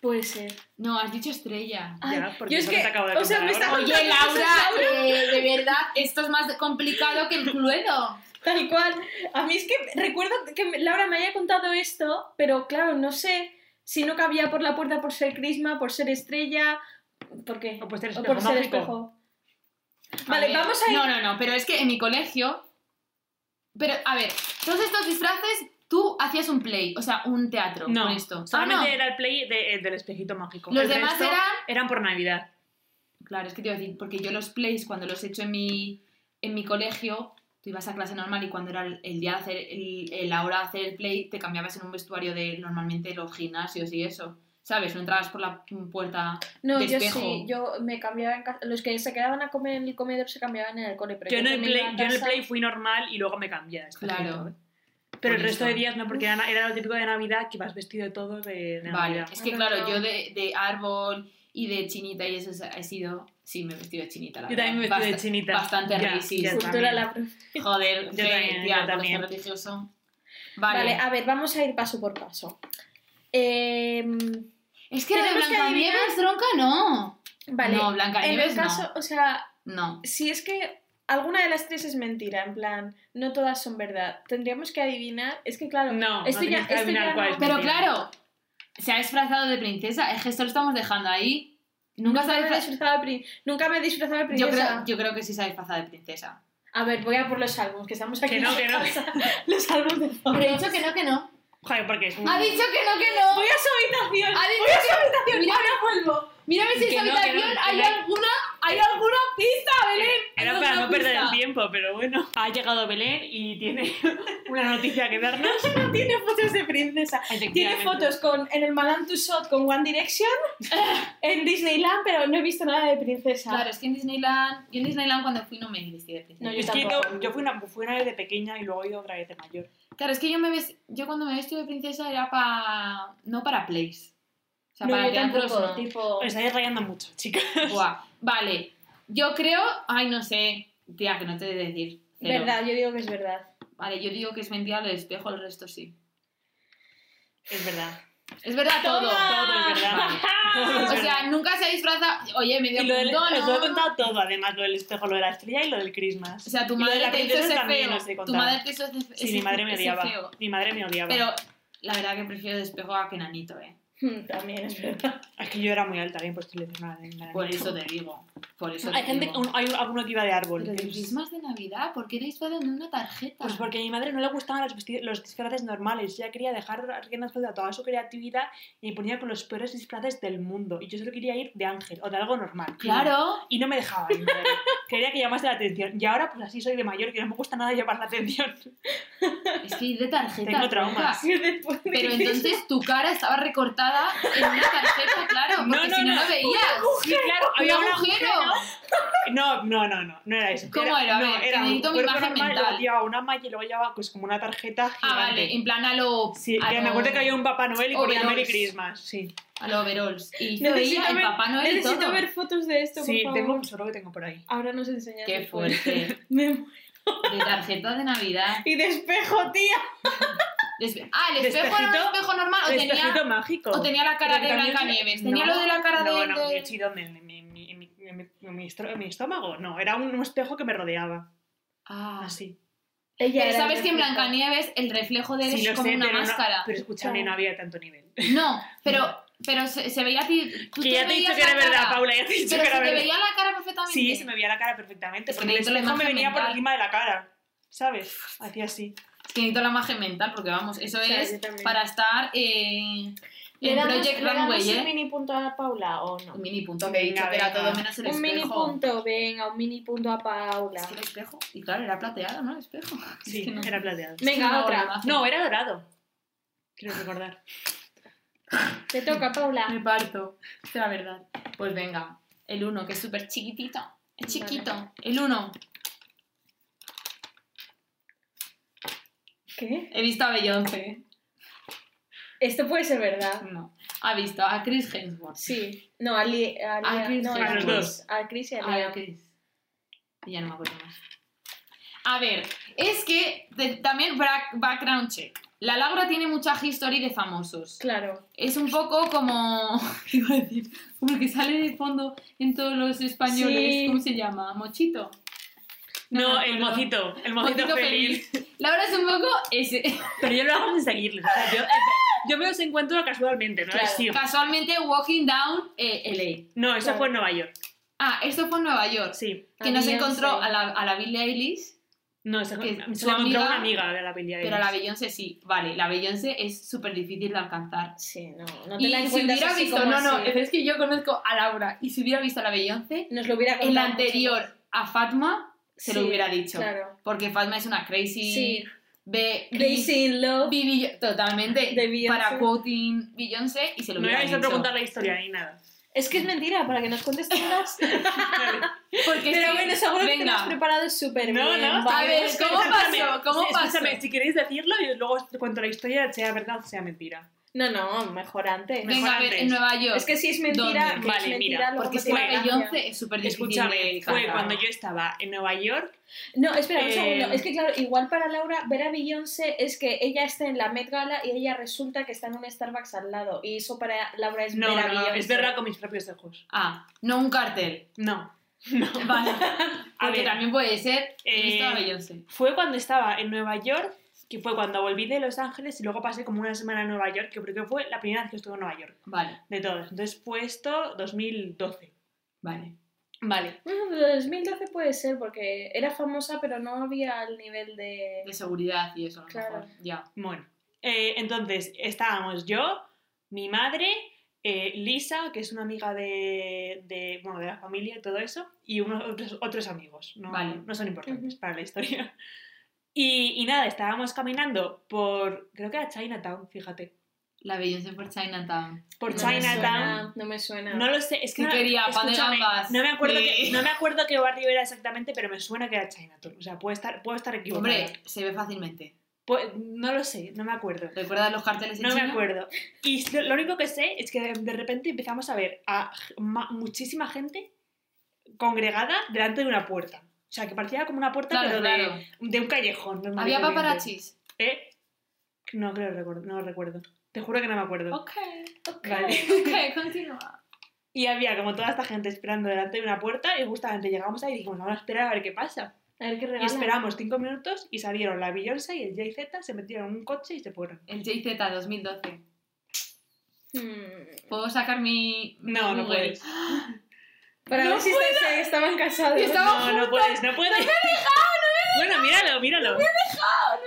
[SPEAKER 1] Puede ser.
[SPEAKER 2] No, has dicho estrella.
[SPEAKER 1] Ay,
[SPEAKER 3] Ya, porque
[SPEAKER 1] yo es
[SPEAKER 3] eso te
[SPEAKER 1] que-
[SPEAKER 3] acabo de
[SPEAKER 1] o sea,
[SPEAKER 3] contar
[SPEAKER 1] me está
[SPEAKER 3] ahora.
[SPEAKER 2] Oye,
[SPEAKER 1] contando cosas
[SPEAKER 2] Laura, eh, de verdad, esto es más complicado que el Cluedo.
[SPEAKER 1] Tal cual. A mí es que recuerdo que me- Laura me haya contado esto, pero claro, no sé si no cabía por la puerta por ser crisma, por ser estrella, ¿por qué?
[SPEAKER 3] O pues eres
[SPEAKER 1] O por ser
[SPEAKER 3] mágico.
[SPEAKER 1] espejo. Vale,
[SPEAKER 2] ver,
[SPEAKER 1] vamos a ir.
[SPEAKER 2] No, no, no, pero es que en mi colegio. Pero, a ver, todos estos disfraces Tú hacías un play, o sea, un teatro
[SPEAKER 3] No,
[SPEAKER 2] con esto.
[SPEAKER 3] solamente
[SPEAKER 2] Ah, no.
[SPEAKER 3] era el play de- eh, del espejito mágico.
[SPEAKER 2] Los
[SPEAKER 3] El
[SPEAKER 2] demás
[SPEAKER 3] resto
[SPEAKER 2] eran...
[SPEAKER 3] eran por Navidad.
[SPEAKER 2] Claro, es que te iba a decir, porque yo los plays cuando los he hecho en mi, en mi colegio, tú ibas a clase normal y cuando era el, el día de hacer, el, el- la hora de hacer el play, te cambiabas en un vestuario de normalmente los gimnasios y eso. ¿Sabes? No entrabas por la puerta.
[SPEAKER 1] No,
[SPEAKER 2] De
[SPEAKER 1] yo
[SPEAKER 2] espejo.
[SPEAKER 1] sí, yo me cambiaba en casa. Los que se quedaban a comer en el comedor se cambiaban en el cole. Pero
[SPEAKER 3] Yo en, el
[SPEAKER 1] cuando iba
[SPEAKER 3] play,
[SPEAKER 1] a
[SPEAKER 3] yo en el
[SPEAKER 1] casa-
[SPEAKER 3] play fui normal y luego me cambié. a espejito.
[SPEAKER 2] Claro.
[SPEAKER 3] Pero el
[SPEAKER 2] Por
[SPEAKER 3] resto de
[SPEAKER 2] eso.
[SPEAKER 3] días no, porque era, era lo típico de Navidad que vas vestido de todo de, de
[SPEAKER 2] Vale,
[SPEAKER 3] Navidad.
[SPEAKER 2] es que
[SPEAKER 1] No,
[SPEAKER 2] claro,
[SPEAKER 1] no.
[SPEAKER 2] yo de, de árbol y de chinita y eso he sido. Sí, me he vestido de chinita. La
[SPEAKER 3] Yo también me
[SPEAKER 2] verdad.
[SPEAKER 3] vestí de chinita.
[SPEAKER 2] Bastante
[SPEAKER 3] Ya,
[SPEAKER 2] risis.
[SPEAKER 3] ya
[SPEAKER 1] Cultura
[SPEAKER 3] también.
[SPEAKER 1] la profe.
[SPEAKER 2] Bast- Joder,
[SPEAKER 3] Yo
[SPEAKER 2] fe, tía,
[SPEAKER 3] también, yo
[SPEAKER 2] colegio
[SPEAKER 3] también.
[SPEAKER 2] religioso.
[SPEAKER 1] Vale. ah,
[SPEAKER 2] Vale.
[SPEAKER 1] a ver, vamos a ir paso por paso. Em,
[SPEAKER 2] Es que la de
[SPEAKER 1] Tenemos que
[SPEAKER 2] Blancanieves, tronca, no.
[SPEAKER 1] vale.
[SPEAKER 2] No,
[SPEAKER 1] en el
[SPEAKER 2] Blancanieves
[SPEAKER 1] caso, o sea,
[SPEAKER 2] no. No.
[SPEAKER 1] si es que alguna de las tres es mentira, en plan, no todas son verdad. Tendríamos que adivinar. Es que claro,
[SPEAKER 3] No,
[SPEAKER 1] esto
[SPEAKER 3] no
[SPEAKER 1] ya,
[SPEAKER 3] tienes que
[SPEAKER 1] esto
[SPEAKER 3] adivinar
[SPEAKER 1] ya
[SPEAKER 3] cuál
[SPEAKER 1] no-
[SPEAKER 3] es
[SPEAKER 2] Pero
[SPEAKER 3] mentira.
[SPEAKER 2] claro, se ha disfrazado de princesa. Es que esto lo estamos dejando ahí. Nunca se ha
[SPEAKER 1] Nunca me he
[SPEAKER 2] disfrazado.
[SPEAKER 1] disfrazado de prin- Nunca me he disfrazado de
[SPEAKER 2] Yo
[SPEAKER 1] princesa.
[SPEAKER 2] creo, yo creo que sí se ha disfrazado de princesa.
[SPEAKER 1] A ver, voy a por los álbumes, que estamos aquí
[SPEAKER 3] Que no,
[SPEAKER 1] en
[SPEAKER 3] que no.
[SPEAKER 1] casa. Los álbumes de
[SPEAKER 2] Pero
[SPEAKER 1] fotos.
[SPEAKER 2] he dicho que no, que no.
[SPEAKER 3] Joder, porque es un...
[SPEAKER 2] Ha dicho que no, que no.
[SPEAKER 1] Voy a su habitación.
[SPEAKER 2] Ha dicho
[SPEAKER 1] Voy a
[SPEAKER 2] que-
[SPEAKER 1] su habitación.
[SPEAKER 2] Ah, Mira-
[SPEAKER 1] Ahora vuelvo.
[SPEAKER 2] Mira a ver si en
[SPEAKER 3] Que
[SPEAKER 2] esa
[SPEAKER 3] no, que no,
[SPEAKER 2] habitación
[SPEAKER 3] que
[SPEAKER 2] hay,
[SPEAKER 3] no.
[SPEAKER 2] alguna, hay alguna pista, Belén.
[SPEAKER 3] Era
[SPEAKER 2] Hay
[SPEAKER 3] para
[SPEAKER 2] alguna
[SPEAKER 3] no perder
[SPEAKER 2] pista.
[SPEAKER 3] el tiempo, pero bueno. Ha llegado Belén y tiene una noticia que darnos.
[SPEAKER 1] Tiene fotos de princesa. Tiene
[SPEAKER 3] Efectivamente.
[SPEAKER 1] fotos con, en el Malan to Shot con One Direction en Disneyland, pero no he visto nada de princesa.
[SPEAKER 2] Claro, es que en Disneyland, yo en Disneyland cuando fui no me vestí de princesa.
[SPEAKER 1] No, yo
[SPEAKER 3] Es que
[SPEAKER 1] tampoco.
[SPEAKER 3] yo, yo fui, una, fui una vez de pequeña y luego he ido otra vez de mayor.
[SPEAKER 2] Claro, es que yo me ves- yo cuando me vestí de princesa era para no para plays. O sea,
[SPEAKER 1] No,
[SPEAKER 2] para
[SPEAKER 1] yo
[SPEAKER 2] teatros
[SPEAKER 1] tampoco,
[SPEAKER 2] no.
[SPEAKER 1] tipo...
[SPEAKER 3] Os estáis rayando mucho, chicas.
[SPEAKER 2] Buah, Vale, yo creo, ay no sé, tía, que no te he de decir. cero.
[SPEAKER 1] Verdad, yo digo que es verdad.
[SPEAKER 2] Vale, yo digo que es mentira el espejo, el resto sí.
[SPEAKER 3] Es verdad.
[SPEAKER 2] Es verdad todo.
[SPEAKER 3] Todo es verdad.
[SPEAKER 2] Vale.
[SPEAKER 3] Todo es
[SPEAKER 2] O
[SPEAKER 3] verdad.
[SPEAKER 2] sea, nunca se ha disfrazado. Oye, medio
[SPEAKER 3] y lo del,
[SPEAKER 2] punto,
[SPEAKER 3] os
[SPEAKER 2] ¿no?
[SPEAKER 3] lo he contado todo, además, lo del espejo, lo de la estrella y lo del Christmas.
[SPEAKER 2] O sea, tu
[SPEAKER 3] Y lo de
[SPEAKER 2] madre
[SPEAKER 3] la
[SPEAKER 2] te hizo
[SPEAKER 3] princesa
[SPEAKER 2] ese
[SPEAKER 3] también
[SPEAKER 2] feo.
[SPEAKER 3] os he
[SPEAKER 2] tu
[SPEAKER 3] contado.
[SPEAKER 2] madre te hizo ese,
[SPEAKER 3] Sí,
[SPEAKER 2] ese-
[SPEAKER 3] mi madre me
[SPEAKER 2] ese
[SPEAKER 3] odiaba.
[SPEAKER 2] feo.
[SPEAKER 3] Mi madre me odiaba.
[SPEAKER 2] Pero la verdad que prefiero despejo a que Nanito, ¿eh?
[SPEAKER 1] Hmm, También es verdad.
[SPEAKER 3] Es que yo era muy alta, bien, pues tú le dices nada. nada,
[SPEAKER 2] Por
[SPEAKER 3] nada.
[SPEAKER 2] eso te digo. Por eso
[SPEAKER 3] Hay
[SPEAKER 2] te
[SPEAKER 3] gente,
[SPEAKER 2] digo.
[SPEAKER 3] un- hay alguno que iba de árbol.
[SPEAKER 2] Pero de
[SPEAKER 3] Pues-
[SPEAKER 2] Christmas de Navidad, ¿por qué te disfrazan de una tarjeta?
[SPEAKER 3] Pues porque a mi madre no le gustaban los, vesti- los disfraces normales. Ella quería dejar riendas suelta a toda su creatividad y me ponía con los peores disfraces del mundo. Y yo solo quería ir de ángel o de algo normal.
[SPEAKER 2] Claro.
[SPEAKER 3] Y no me dejaba mi madre. quería que llamase la atención. Y ahora, pues así soy de mayor, que no me gusta nada llamar la atención.
[SPEAKER 2] Es que ir de tarjeta.
[SPEAKER 3] Tengo
[SPEAKER 2] nunca.
[SPEAKER 3] traumas.
[SPEAKER 1] Sí, después de-
[SPEAKER 2] Pero entonces tu cara estaba recortada en una tarjeta, claro,
[SPEAKER 3] No,
[SPEAKER 2] porque
[SPEAKER 3] no,
[SPEAKER 2] si no,
[SPEAKER 3] no.
[SPEAKER 2] lo veías.
[SPEAKER 3] Sí, claro, había
[SPEAKER 2] un
[SPEAKER 3] un
[SPEAKER 2] agujero.
[SPEAKER 3] No, no, no, no, no era eso.
[SPEAKER 2] ¿Cómo era? A
[SPEAKER 3] No,
[SPEAKER 2] ver, que
[SPEAKER 3] era un
[SPEAKER 2] necesito mi
[SPEAKER 3] cuerpo
[SPEAKER 2] imagen
[SPEAKER 3] normal,
[SPEAKER 2] mental.
[SPEAKER 3] luego llevaba una malla y luego llevaba pues como una tarjeta gigante.
[SPEAKER 2] Ah, vale, en plan a lo.
[SPEAKER 3] Sí,
[SPEAKER 2] a
[SPEAKER 3] que
[SPEAKER 2] lo-
[SPEAKER 3] me acuerdo que había un Papá Noel y
[SPEAKER 2] Overalls.
[SPEAKER 3] ponía Merry Christmas. Sí,
[SPEAKER 2] A lo overalls. Y yo
[SPEAKER 1] Necesito
[SPEAKER 2] veía el
[SPEAKER 1] ver-
[SPEAKER 2] Papá Noel y
[SPEAKER 1] Necesito
[SPEAKER 2] todo.
[SPEAKER 1] ver fotos de esto,
[SPEAKER 3] sí
[SPEAKER 1] por favor.
[SPEAKER 3] tengo un solo que tengo por ahí.
[SPEAKER 1] Ahora nos enseñas
[SPEAKER 2] Qué
[SPEAKER 1] después.
[SPEAKER 2] fuerte.
[SPEAKER 1] Me-
[SPEAKER 2] De tarjeta de Navidad.
[SPEAKER 1] Y despejo, tía.
[SPEAKER 2] Despe- Ah, el espejo era un
[SPEAKER 3] Despejito-
[SPEAKER 2] espejo normal. Ah, O
[SPEAKER 3] Espejito
[SPEAKER 2] tenía,
[SPEAKER 3] mágico.
[SPEAKER 2] o tenía la cara
[SPEAKER 3] Pero
[SPEAKER 2] de
[SPEAKER 3] también-
[SPEAKER 2] Blancanieves. Tenía
[SPEAKER 3] No,
[SPEAKER 2] lo de la cara
[SPEAKER 3] no,
[SPEAKER 2] de.
[SPEAKER 3] No,
[SPEAKER 2] de-
[SPEAKER 3] mi chido, mi, mi, mi, mi, mi- mi estro- mi estómago, no, era un, un espejo que me rodeaba,
[SPEAKER 2] Ah,
[SPEAKER 3] así.
[SPEAKER 1] Ella
[SPEAKER 2] Pero
[SPEAKER 1] era
[SPEAKER 2] sabes
[SPEAKER 1] el
[SPEAKER 2] que en
[SPEAKER 1] reflejo.
[SPEAKER 2] Blancanieves el reflejo de él
[SPEAKER 3] Sí,
[SPEAKER 2] es
[SPEAKER 3] lo
[SPEAKER 2] como
[SPEAKER 3] sé,
[SPEAKER 2] una
[SPEAKER 3] pero, no-
[SPEAKER 2] máscara.
[SPEAKER 3] pero escúchame,
[SPEAKER 1] Claro.
[SPEAKER 3] no había tanto nivel.
[SPEAKER 2] No, pero, pero se, se veía a ti. tú
[SPEAKER 3] Que
[SPEAKER 2] te
[SPEAKER 3] ya te he dicho
[SPEAKER 2] veías
[SPEAKER 3] que era
[SPEAKER 2] la
[SPEAKER 3] verdad,
[SPEAKER 2] cara.
[SPEAKER 3] Paula, ya te he dicho
[SPEAKER 2] Pero
[SPEAKER 3] que
[SPEAKER 2] se
[SPEAKER 3] era
[SPEAKER 2] te
[SPEAKER 3] verdad.
[SPEAKER 2] veía la cara perfectamente.
[SPEAKER 3] Sí, se me veía la cara perfectamente,
[SPEAKER 2] Es que
[SPEAKER 3] porque el
[SPEAKER 2] necesito la
[SPEAKER 3] espejo me
[SPEAKER 2] imagen
[SPEAKER 3] venía por
[SPEAKER 2] mental.
[SPEAKER 3] encima de la cara, ¿sabes? Hacía así.
[SPEAKER 2] Es que necesito la imagen mental, porque vamos, eso
[SPEAKER 1] O sea, yo
[SPEAKER 2] es
[SPEAKER 1] también.
[SPEAKER 2] para estar eh,
[SPEAKER 1] ¿Le
[SPEAKER 2] en
[SPEAKER 1] damos,
[SPEAKER 2] Project
[SPEAKER 1] le damos
[SPEAKER 2] Runway,
[SPEAKER 1] un
[SPEAKER 2] ¿eh?
[SPEAKER 1] mini punto a Paula o no?
[SPEAKER 2] Un mini punto, me he dicho
[SPEAKER 3] Venga,
[SPEAKER 2] que era
[SPEAKER 3] venga.
[SPEAKER 2] todo menos el
[SPEAKER 1] Un
[SPEAKER 2] espejo.
[SPEAKER 1] mini punto, venga, un mini punto a Paula.
[SPEAKER 2] Es que el espejo, y claro, era plateado, ¿no? El espejo. Es
[SPEAKER 3] Sí,
[SPEAKER 2] que no-
[SPEAKER 3] era plateado.
[SPEAKER 2] es que no
[SPEAKER 1] Venga,
[SPEAKER 2] hago la
[SPEAKER 1] otra.
[SPEAKER 2] imagen.
[SPEAKER 3] No, era dorado. Quiero recordar.
[SPEAKER 1] Te toca, Paula.
[SPEAKER 2] Me parto, es la verdad. Pues venga, el uno, que es súper chiquitito. Es chiquito, el uno.
[SPEAKER 1] ¿Qué?
[SPEAKER 2] He visto a Beyoncé.
[SPEAKER 1] Esto puede ser verdad.
[SPEAKER 2] No. Ha visto a Chris Hemsworth.
[SPEAKER 1] Sí. No, a Lee. A,
[SPEAKER 2] A
[SPEAKER 1] Lia-
[SPEAKER 2] Ah, Chris
[SPEAKER 1] no,
[SPEAKER 3] Hemsworth.
[SPEAKER 1] a,
[SPEAKER 3] A los
[SPEAKER 1] Chris, a Chris y a
[SPEAKER 2] A
[SPEAKER 1] Lia.
[SPEAKER 2] ver, Chris. Y ya no me acuerdo más. A ver, es que de- también bra- background check. La Laura tiene mucha history de famosos.
[SPEAKER 1] Claro.
[SPEAKER 2] Es un poco como. ¿Qué iba a decir? Como el que sale de fondo en todos los españoles.
[SPEAKER 1] Sí.
[SPEAKER 2] ¿Cómo se llama? ¿Mochito?
[SPEAKER 3] No,
[SPEAKER 2] me
[SPEAKER 3] el
[SPEAKER 2] acuerdo.
[SPEAKER 3] mocito, el mocito,
[SPEAKER 2] Mocito
[SPEAKER 3] feliz.
[SPEAKER 2] Laura es un poco ese.
[SPEAKER 3] Pero yo lo hago sin seguirles. o sea, yo, eh, yo me los encuentro casualmente, no
[SPEAKER 1] Claro.
[SPEAKER 3] les sigo.
[SPEAKER 2] Casualmente, Walking Down eh, LA.
[SPEAKER 3] No, eso
[SPEAKER 1] Claro.
[SPEAKER 3] fue en Nueva York.
[SPEAKER 2] Ah, esto fue en Nueva York.
[SPEAKER 3] Sí.
[SPEAKER 2] Que nos
[SPEAKER 1] Beyoncé.
[SPEAKER 2] encontró a la, a la Billie Eilish
[SPEAKER 3] No, se,
[SPEAKER 2] Que
[SPEAKER 3] se
[SPEAKER 2] su
[SPEAKER 3] la encontró
[SPEAKER 2] amiga-
[SPEAKER 3] una amiga de la Billie Eilish.
[SPEAKER 2] Pero la Beyoncé sí, vale, la Beyoncé es súper difícil de alcanzar.
[SPEAKER 1] Sí, no, no te
[SPEAKER 2] Y
[SPEAKER 1] la
[SPEAKER 2] si
[SPEAKER 1] encuentras
[SPEAKER 2] hubiera
[SPEAKER 1] así
[SPEAKER 2] visto,
[SPEAKER 1] como
[SPEAKER 2] no, no,
[SPEAKER 1] así. ¿eh?
[SPEAKER 2] es que yo conozco a Laura y si hubiera visto a la Beyoncé,
[SPEAKER 1] Nos lo hubiera
[SPEAKER 2] el
[SPEAKER 1] contado.
[SPEAKER 2] anterior a Fatma se lo
[SPEAKER 1] Sí,
[SPEAKER 2] hubiera dicho.
[SPEAKER 1] Claro.
[SPEAKER 2] Porque Fatma es una crazy.
[SPEAKER 1] Sí.
[SPEAKER 2] be-
[SPEAKER 1] Crazy in Love.
[SPEAKER 2] Billie- totalmente.
[SPEAKER 1] De Beyoncé.
[SPEAKER 2] Para quoting Beyoncé y se lo
[SPEAKER 3] No me
[SPEAKER 2] hubiera
[SPEAKER 3] vais a
[SPEAKER 2] dicho.
[SPEAKER 3] preguntar la historia ni nada.
[SPEAKER 1] Es que es mentira, para que nos cuentes todas.
[SPEAKER 2] Porque
[SPEAKER 1] Pero
[SPEAKER 2] sí,
[SPEAKER 1] bueno, seguro que te lo has
[SPEAKER 2] venga.
[SPEAKER 1] preparado súper
[SPEAKER 3] No,
[SPEAKER 1] bien.
[SPEAKER 3] no,
[SPEAKER 2] A
[SPEAKER 1] vale.
[SPEAKER 2] ver, ¿cómo pasó?
[SPEAKER 3] Escúchame,
[SPEAKER 2] ¿Cómo
[SPEAKER 3] sí,
[SPEAKER 2] pasó?
[SPEAKER 3] Escúchame, si queréis decirlo y luego os cuento la historia, sea verdad o sea mentira.
[SPEAKER 1] No, no, mejor antes.
[SPEAKER 3] Mejor
[SPEAKER 2] Venga, a ver,
[SPEAKER 3] antes.
[SPEAKER 2] en Nueva York.
[SPEAKER 1] Es que si es mentira,
[SPEAKER 2] ¿Dónde?
[SPEAKER 1] que es
[SPEAKER 3] Vale,
[SPEAKER 1] mentira,
[SPEAKER 3] mira,
[SPEAKER 1] luego
[SPEAKER 2] Porque es
[SPEAKER 1] no
[SPEAKER 2] que
[SPEAKER 1] tiene
[SPEAKER 2] la
[SPEAKER 1] gracia.
[SPEAKER 2] Beyoncé es súper difícil
[SPEAKER 3] Escúchame,
[SPEAKER 2] de
[SPEAKER 3] fue
[SPEAKER 2] alcanzar.
[SPEAKER 3] cuando yo estaba en Nueva York.
[SPEAKER 1] No, espera un
[SPEAKER 3] Eh,
[SPEAKER 1] segundo. Es que claro, igual para Laura, ver a Beyoncé es que ella está en la Met Gala y ella resulta que está en un Starbucks al lado. Y eso para Laura es
[SPEAKER 3] No,
[SPEAKER 1] ver a
[SPEAKER 3] no,
[SPEAKER 1] Beyoncé.
[SPEAKER 3] es verla con mis propios ojos.
[SPEAKER 2] Ah, no un cartel.
[SPEAKER 3] No.
[SPEAKER 2] Vale. Porque
[SPEAKER 3] ver.
[SPEAKER 2] también puede ser. He visto a
[SPEAKER 3] Eh,
[SPEAKER 2] Beyoncé.
[SPEAKER 3] Fue cuando estaba en Nueva York, que fue cuando volví de Los Ángeles y luego pasé como una semana en Nueva York, que creo que fue la primera vez que estuve en Nueva York,
[SPEAKER 2] Vale,
[SPEAKER 3] de todos. Entonces fue esto 2012.
[SPEAKER 2] vale.
[SPEAKER 3] Vale.
[SPEAKER 1] Bueno, pero 2012 puede ser porque era famosa, pero no había el nivel de.
[SPEAKER 2] De seguridad y eso, a lo
[SPEAKER 1] Claro.
[SPEAKER 2] mejor. Ya.
[SPEAKER 3] Bueno. Eh, entonces estábamos yo, mi madre, eh, Lisa, que es una amiga de, de, bueno, de la familia y todo eso, y unos otros, otros amigos. No,
[SPEAKER 2] Vale.
[SPEAKER 3] no son importantes para la historia. Y, y nada, estábamos caminando por, creo que era Chinatown, fíjate.
[SPEAKER 2] La Beyoncé por Chinatown.
[SPEAKER 3] Por
[SPEAKER 1] No me
[SPEAKER 3] Chinatown.
[SPEAKER 1] suena, No me suena.
[SPEAKER 3] No lo sé, es que
[SPEAKER 2] Sí
[SPEAKER 3] no,
[SPEAKER 2] quería, pan de
[SPEAKER 3] escúchame,
[SPEAKER 2] gambas.
[SPEAKER 3] no me acuerdo
[SPEAKER 2] Sí.
[SPEAKER 3] que, no me acuerdo qué barrio era exactamente, pero me suena que era Chinatown. O sea, puedo estar, puedo estar equivocada.
[SPEAKER 2] Hombre, se ve fácilmente.
[SPEAKER 3] Pu- no lo sé, no me acuerdo.
[SPEAKER 2] ¿Recuerdas los carteles en
[SPEAKER 3] No me
[SPEAKER 2] China?
[SPEAKER 3] acuerdo. Y lo, lo único que sé es que de, de repente empezamos a ver a g- ma- muchísima gente congregada delante de una puerta. O sea, que parecía como una puerta,
[SPEAKER 2] Claro,
[SPEAKER 3] pero de,
[SPEAKER 2] claro.
[SPEAKER 3] de un callejón. normal y
[SPEAKER 2] Había
[SPEAKER 3] corriente.
[SPEAKER 2] paparachis.
[SPEAKER 3] ¿Eh? No creo recuerdo, no recuerdo. Te juro que no me acuerdo.
[SPEAKER 2] Ok,
[SPEAKER 1] Ok.
[SPEAKER 3] Vale.
[SPEAKER 2] ok, continúa.
[SPEAKER 3] Y había como toda esta gente esperando delante de una puerta y justamente llegamos ahí y dijimos, vamos a esperar a ver qué pasa.
[SPEAKER 1] A ver qué
[SPEAKER 3] Y
[SPEAKER 1] regala.
[SPEAKER 3] esperamos cinco minutos y salieron la Beyoncé y el Jay-Z, se metieron en un coche y se fueron.
[SPEAKER 2] El JZ 2012.
[SPEAKER 1] Hmm.
[SPEAKER 2] ¿Puedo sacar mi.
[SPEAKER 3] No, no
[SPEAKER 2] Google?
[SPEAKER 3] puedes.
[SPEAKER 1] Para
[SPEAKER 2] No
[SPEAKER 1] ver si se- se estaban casados.
[SPEAKER 2] Estaba-
[SPEAKER 3] No, no puedes, no puedes. Bueno, míralo, míralo.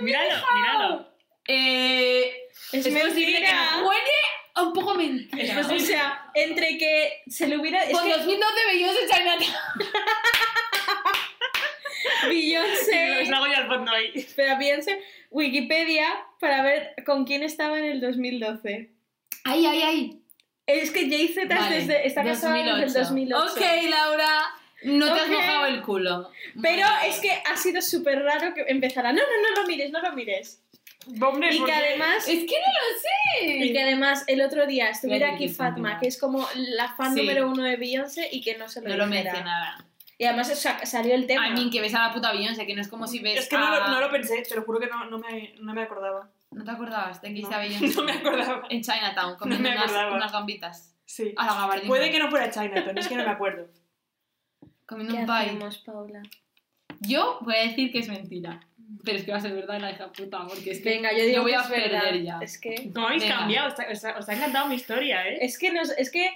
[SPEAKER 3] Míralo, míralo.
[SPEAKER 2] Oh. Eh,
[SPEAKER 1] Es,
[SPEAKER 3] Es posible que
[SPEAKER 1] mentira.
[SPEAKER 2] huele a un poco mentira.
[SPEAKER 3] Es
[SPEAKER 1] Pues, O
[SPEAKER 3] posible.
[SPEAKER 1] sea, entre que se le hubiera. Es
[SPEAKER 2] Con
[SPEAKER 1] que
[SPEAKER 2] 2012 Beyoncé Chinatown.
[SPEAKER 1] Beyoncé.
[SPEAKER 3] Os lo hago yo al fondo ahí.
[SPEAKER 1] Pero piense Wikipedia para ver con quién estaba en el 2012.
[SPEAKER 2] Ay, ay, ay.
[SPEAKER 1] Es que Jay-Z
[SPEAKER 2] Vale,
[SPEAKER 1] desde, está casada desde el 2008.
[SPEAKER 2] Ok, Laura, no te has
[SPEAKER 1] Ok.
[SPEAKER 2] mojado el culo.
[SPEAKER 1] Pero es que ha sido súper raro que empezara. No, no, no lo mires, no lo mires.
[SPEAKER 3] Hombre,
[SPEAKER 1] Y que
[SPEAKER 3] porque-
[SPEAKER 1] además.
[SPEAKER 2] Es que no lo sé.
[SPEAKER 1] Y que además el otro día estuviera
[SPEAKER 2] Vale,
[SPEAKER 1] aquí
[SPEAKER 2] que
[SPEAKER 1] Fatma,
[SPEAKER 2] continúa.
[SPEAKER 1] que es como la fan
[SPEAKER 2] Sí.
[SPEAKER 1] número uno de Beyoncé y que no se lo
[SPEAKER 2] No lo
[SPEAKER 1] dijera.
[SPEAKER 2] mencionaba.
[SPEAKER 1] Y además o sea, salió el tema.
[SPEAKER 2] A mí que ves a la puta Beyoncé, que no es como si ves
[SPEAKER 3] Es que no lo,
[SPEAKER 2] a-
[SPEAKER 3] no lo pensé, te lo juro que no, no, me, no me acordaba.
[SPEAKER 2] ¿No te acordabas de que
[SPEAKER 3] No,
[SPEAKER 2] viste a Beyoncé?
[SPEAKER 3] no me acordaba.
[SPEAKER 2] En Chinatown, comiendo
[SPEAKER 3] me
[SPEAKER 2] unas,
[SPEAKER 3] acordaba.
[SPEAKER 2] unas gambitas.
[SPEAKER 3] Sí.
[SPEAKER 2] A la gabardina.
[SPEAKER 3] Puede que no fuera Chinatown, es que no me acuerdo.
[SPEAKER 2] Comiendo
[SPEAKER 1] ¿Qué
[SPEAKER 2] un pie.
[SPEAKER 1] hacemos, Paula?
[SPEAKER 2] Yo voy a decir que es mentira. Pero es que va a ser verdad la hija puta, porque es que...
[SPEAKER 1] Venga, yo digo
[SPEAKER 2] voy
[SPEAKER 1] que
[SPEAKER 2] a
[SPEAKER 1] es verdad.
[SPEAKER 2] perder ya.
[SPEAKER 1] Es que,
[SPEAKER 3] No habéis
[SPEAKER 2] Venga.
[SPEAKER 3] cambiado, os ha, os ha- os ha encantado mi historia, ¿eh?
[SPEAKER 1] es que, nos, es que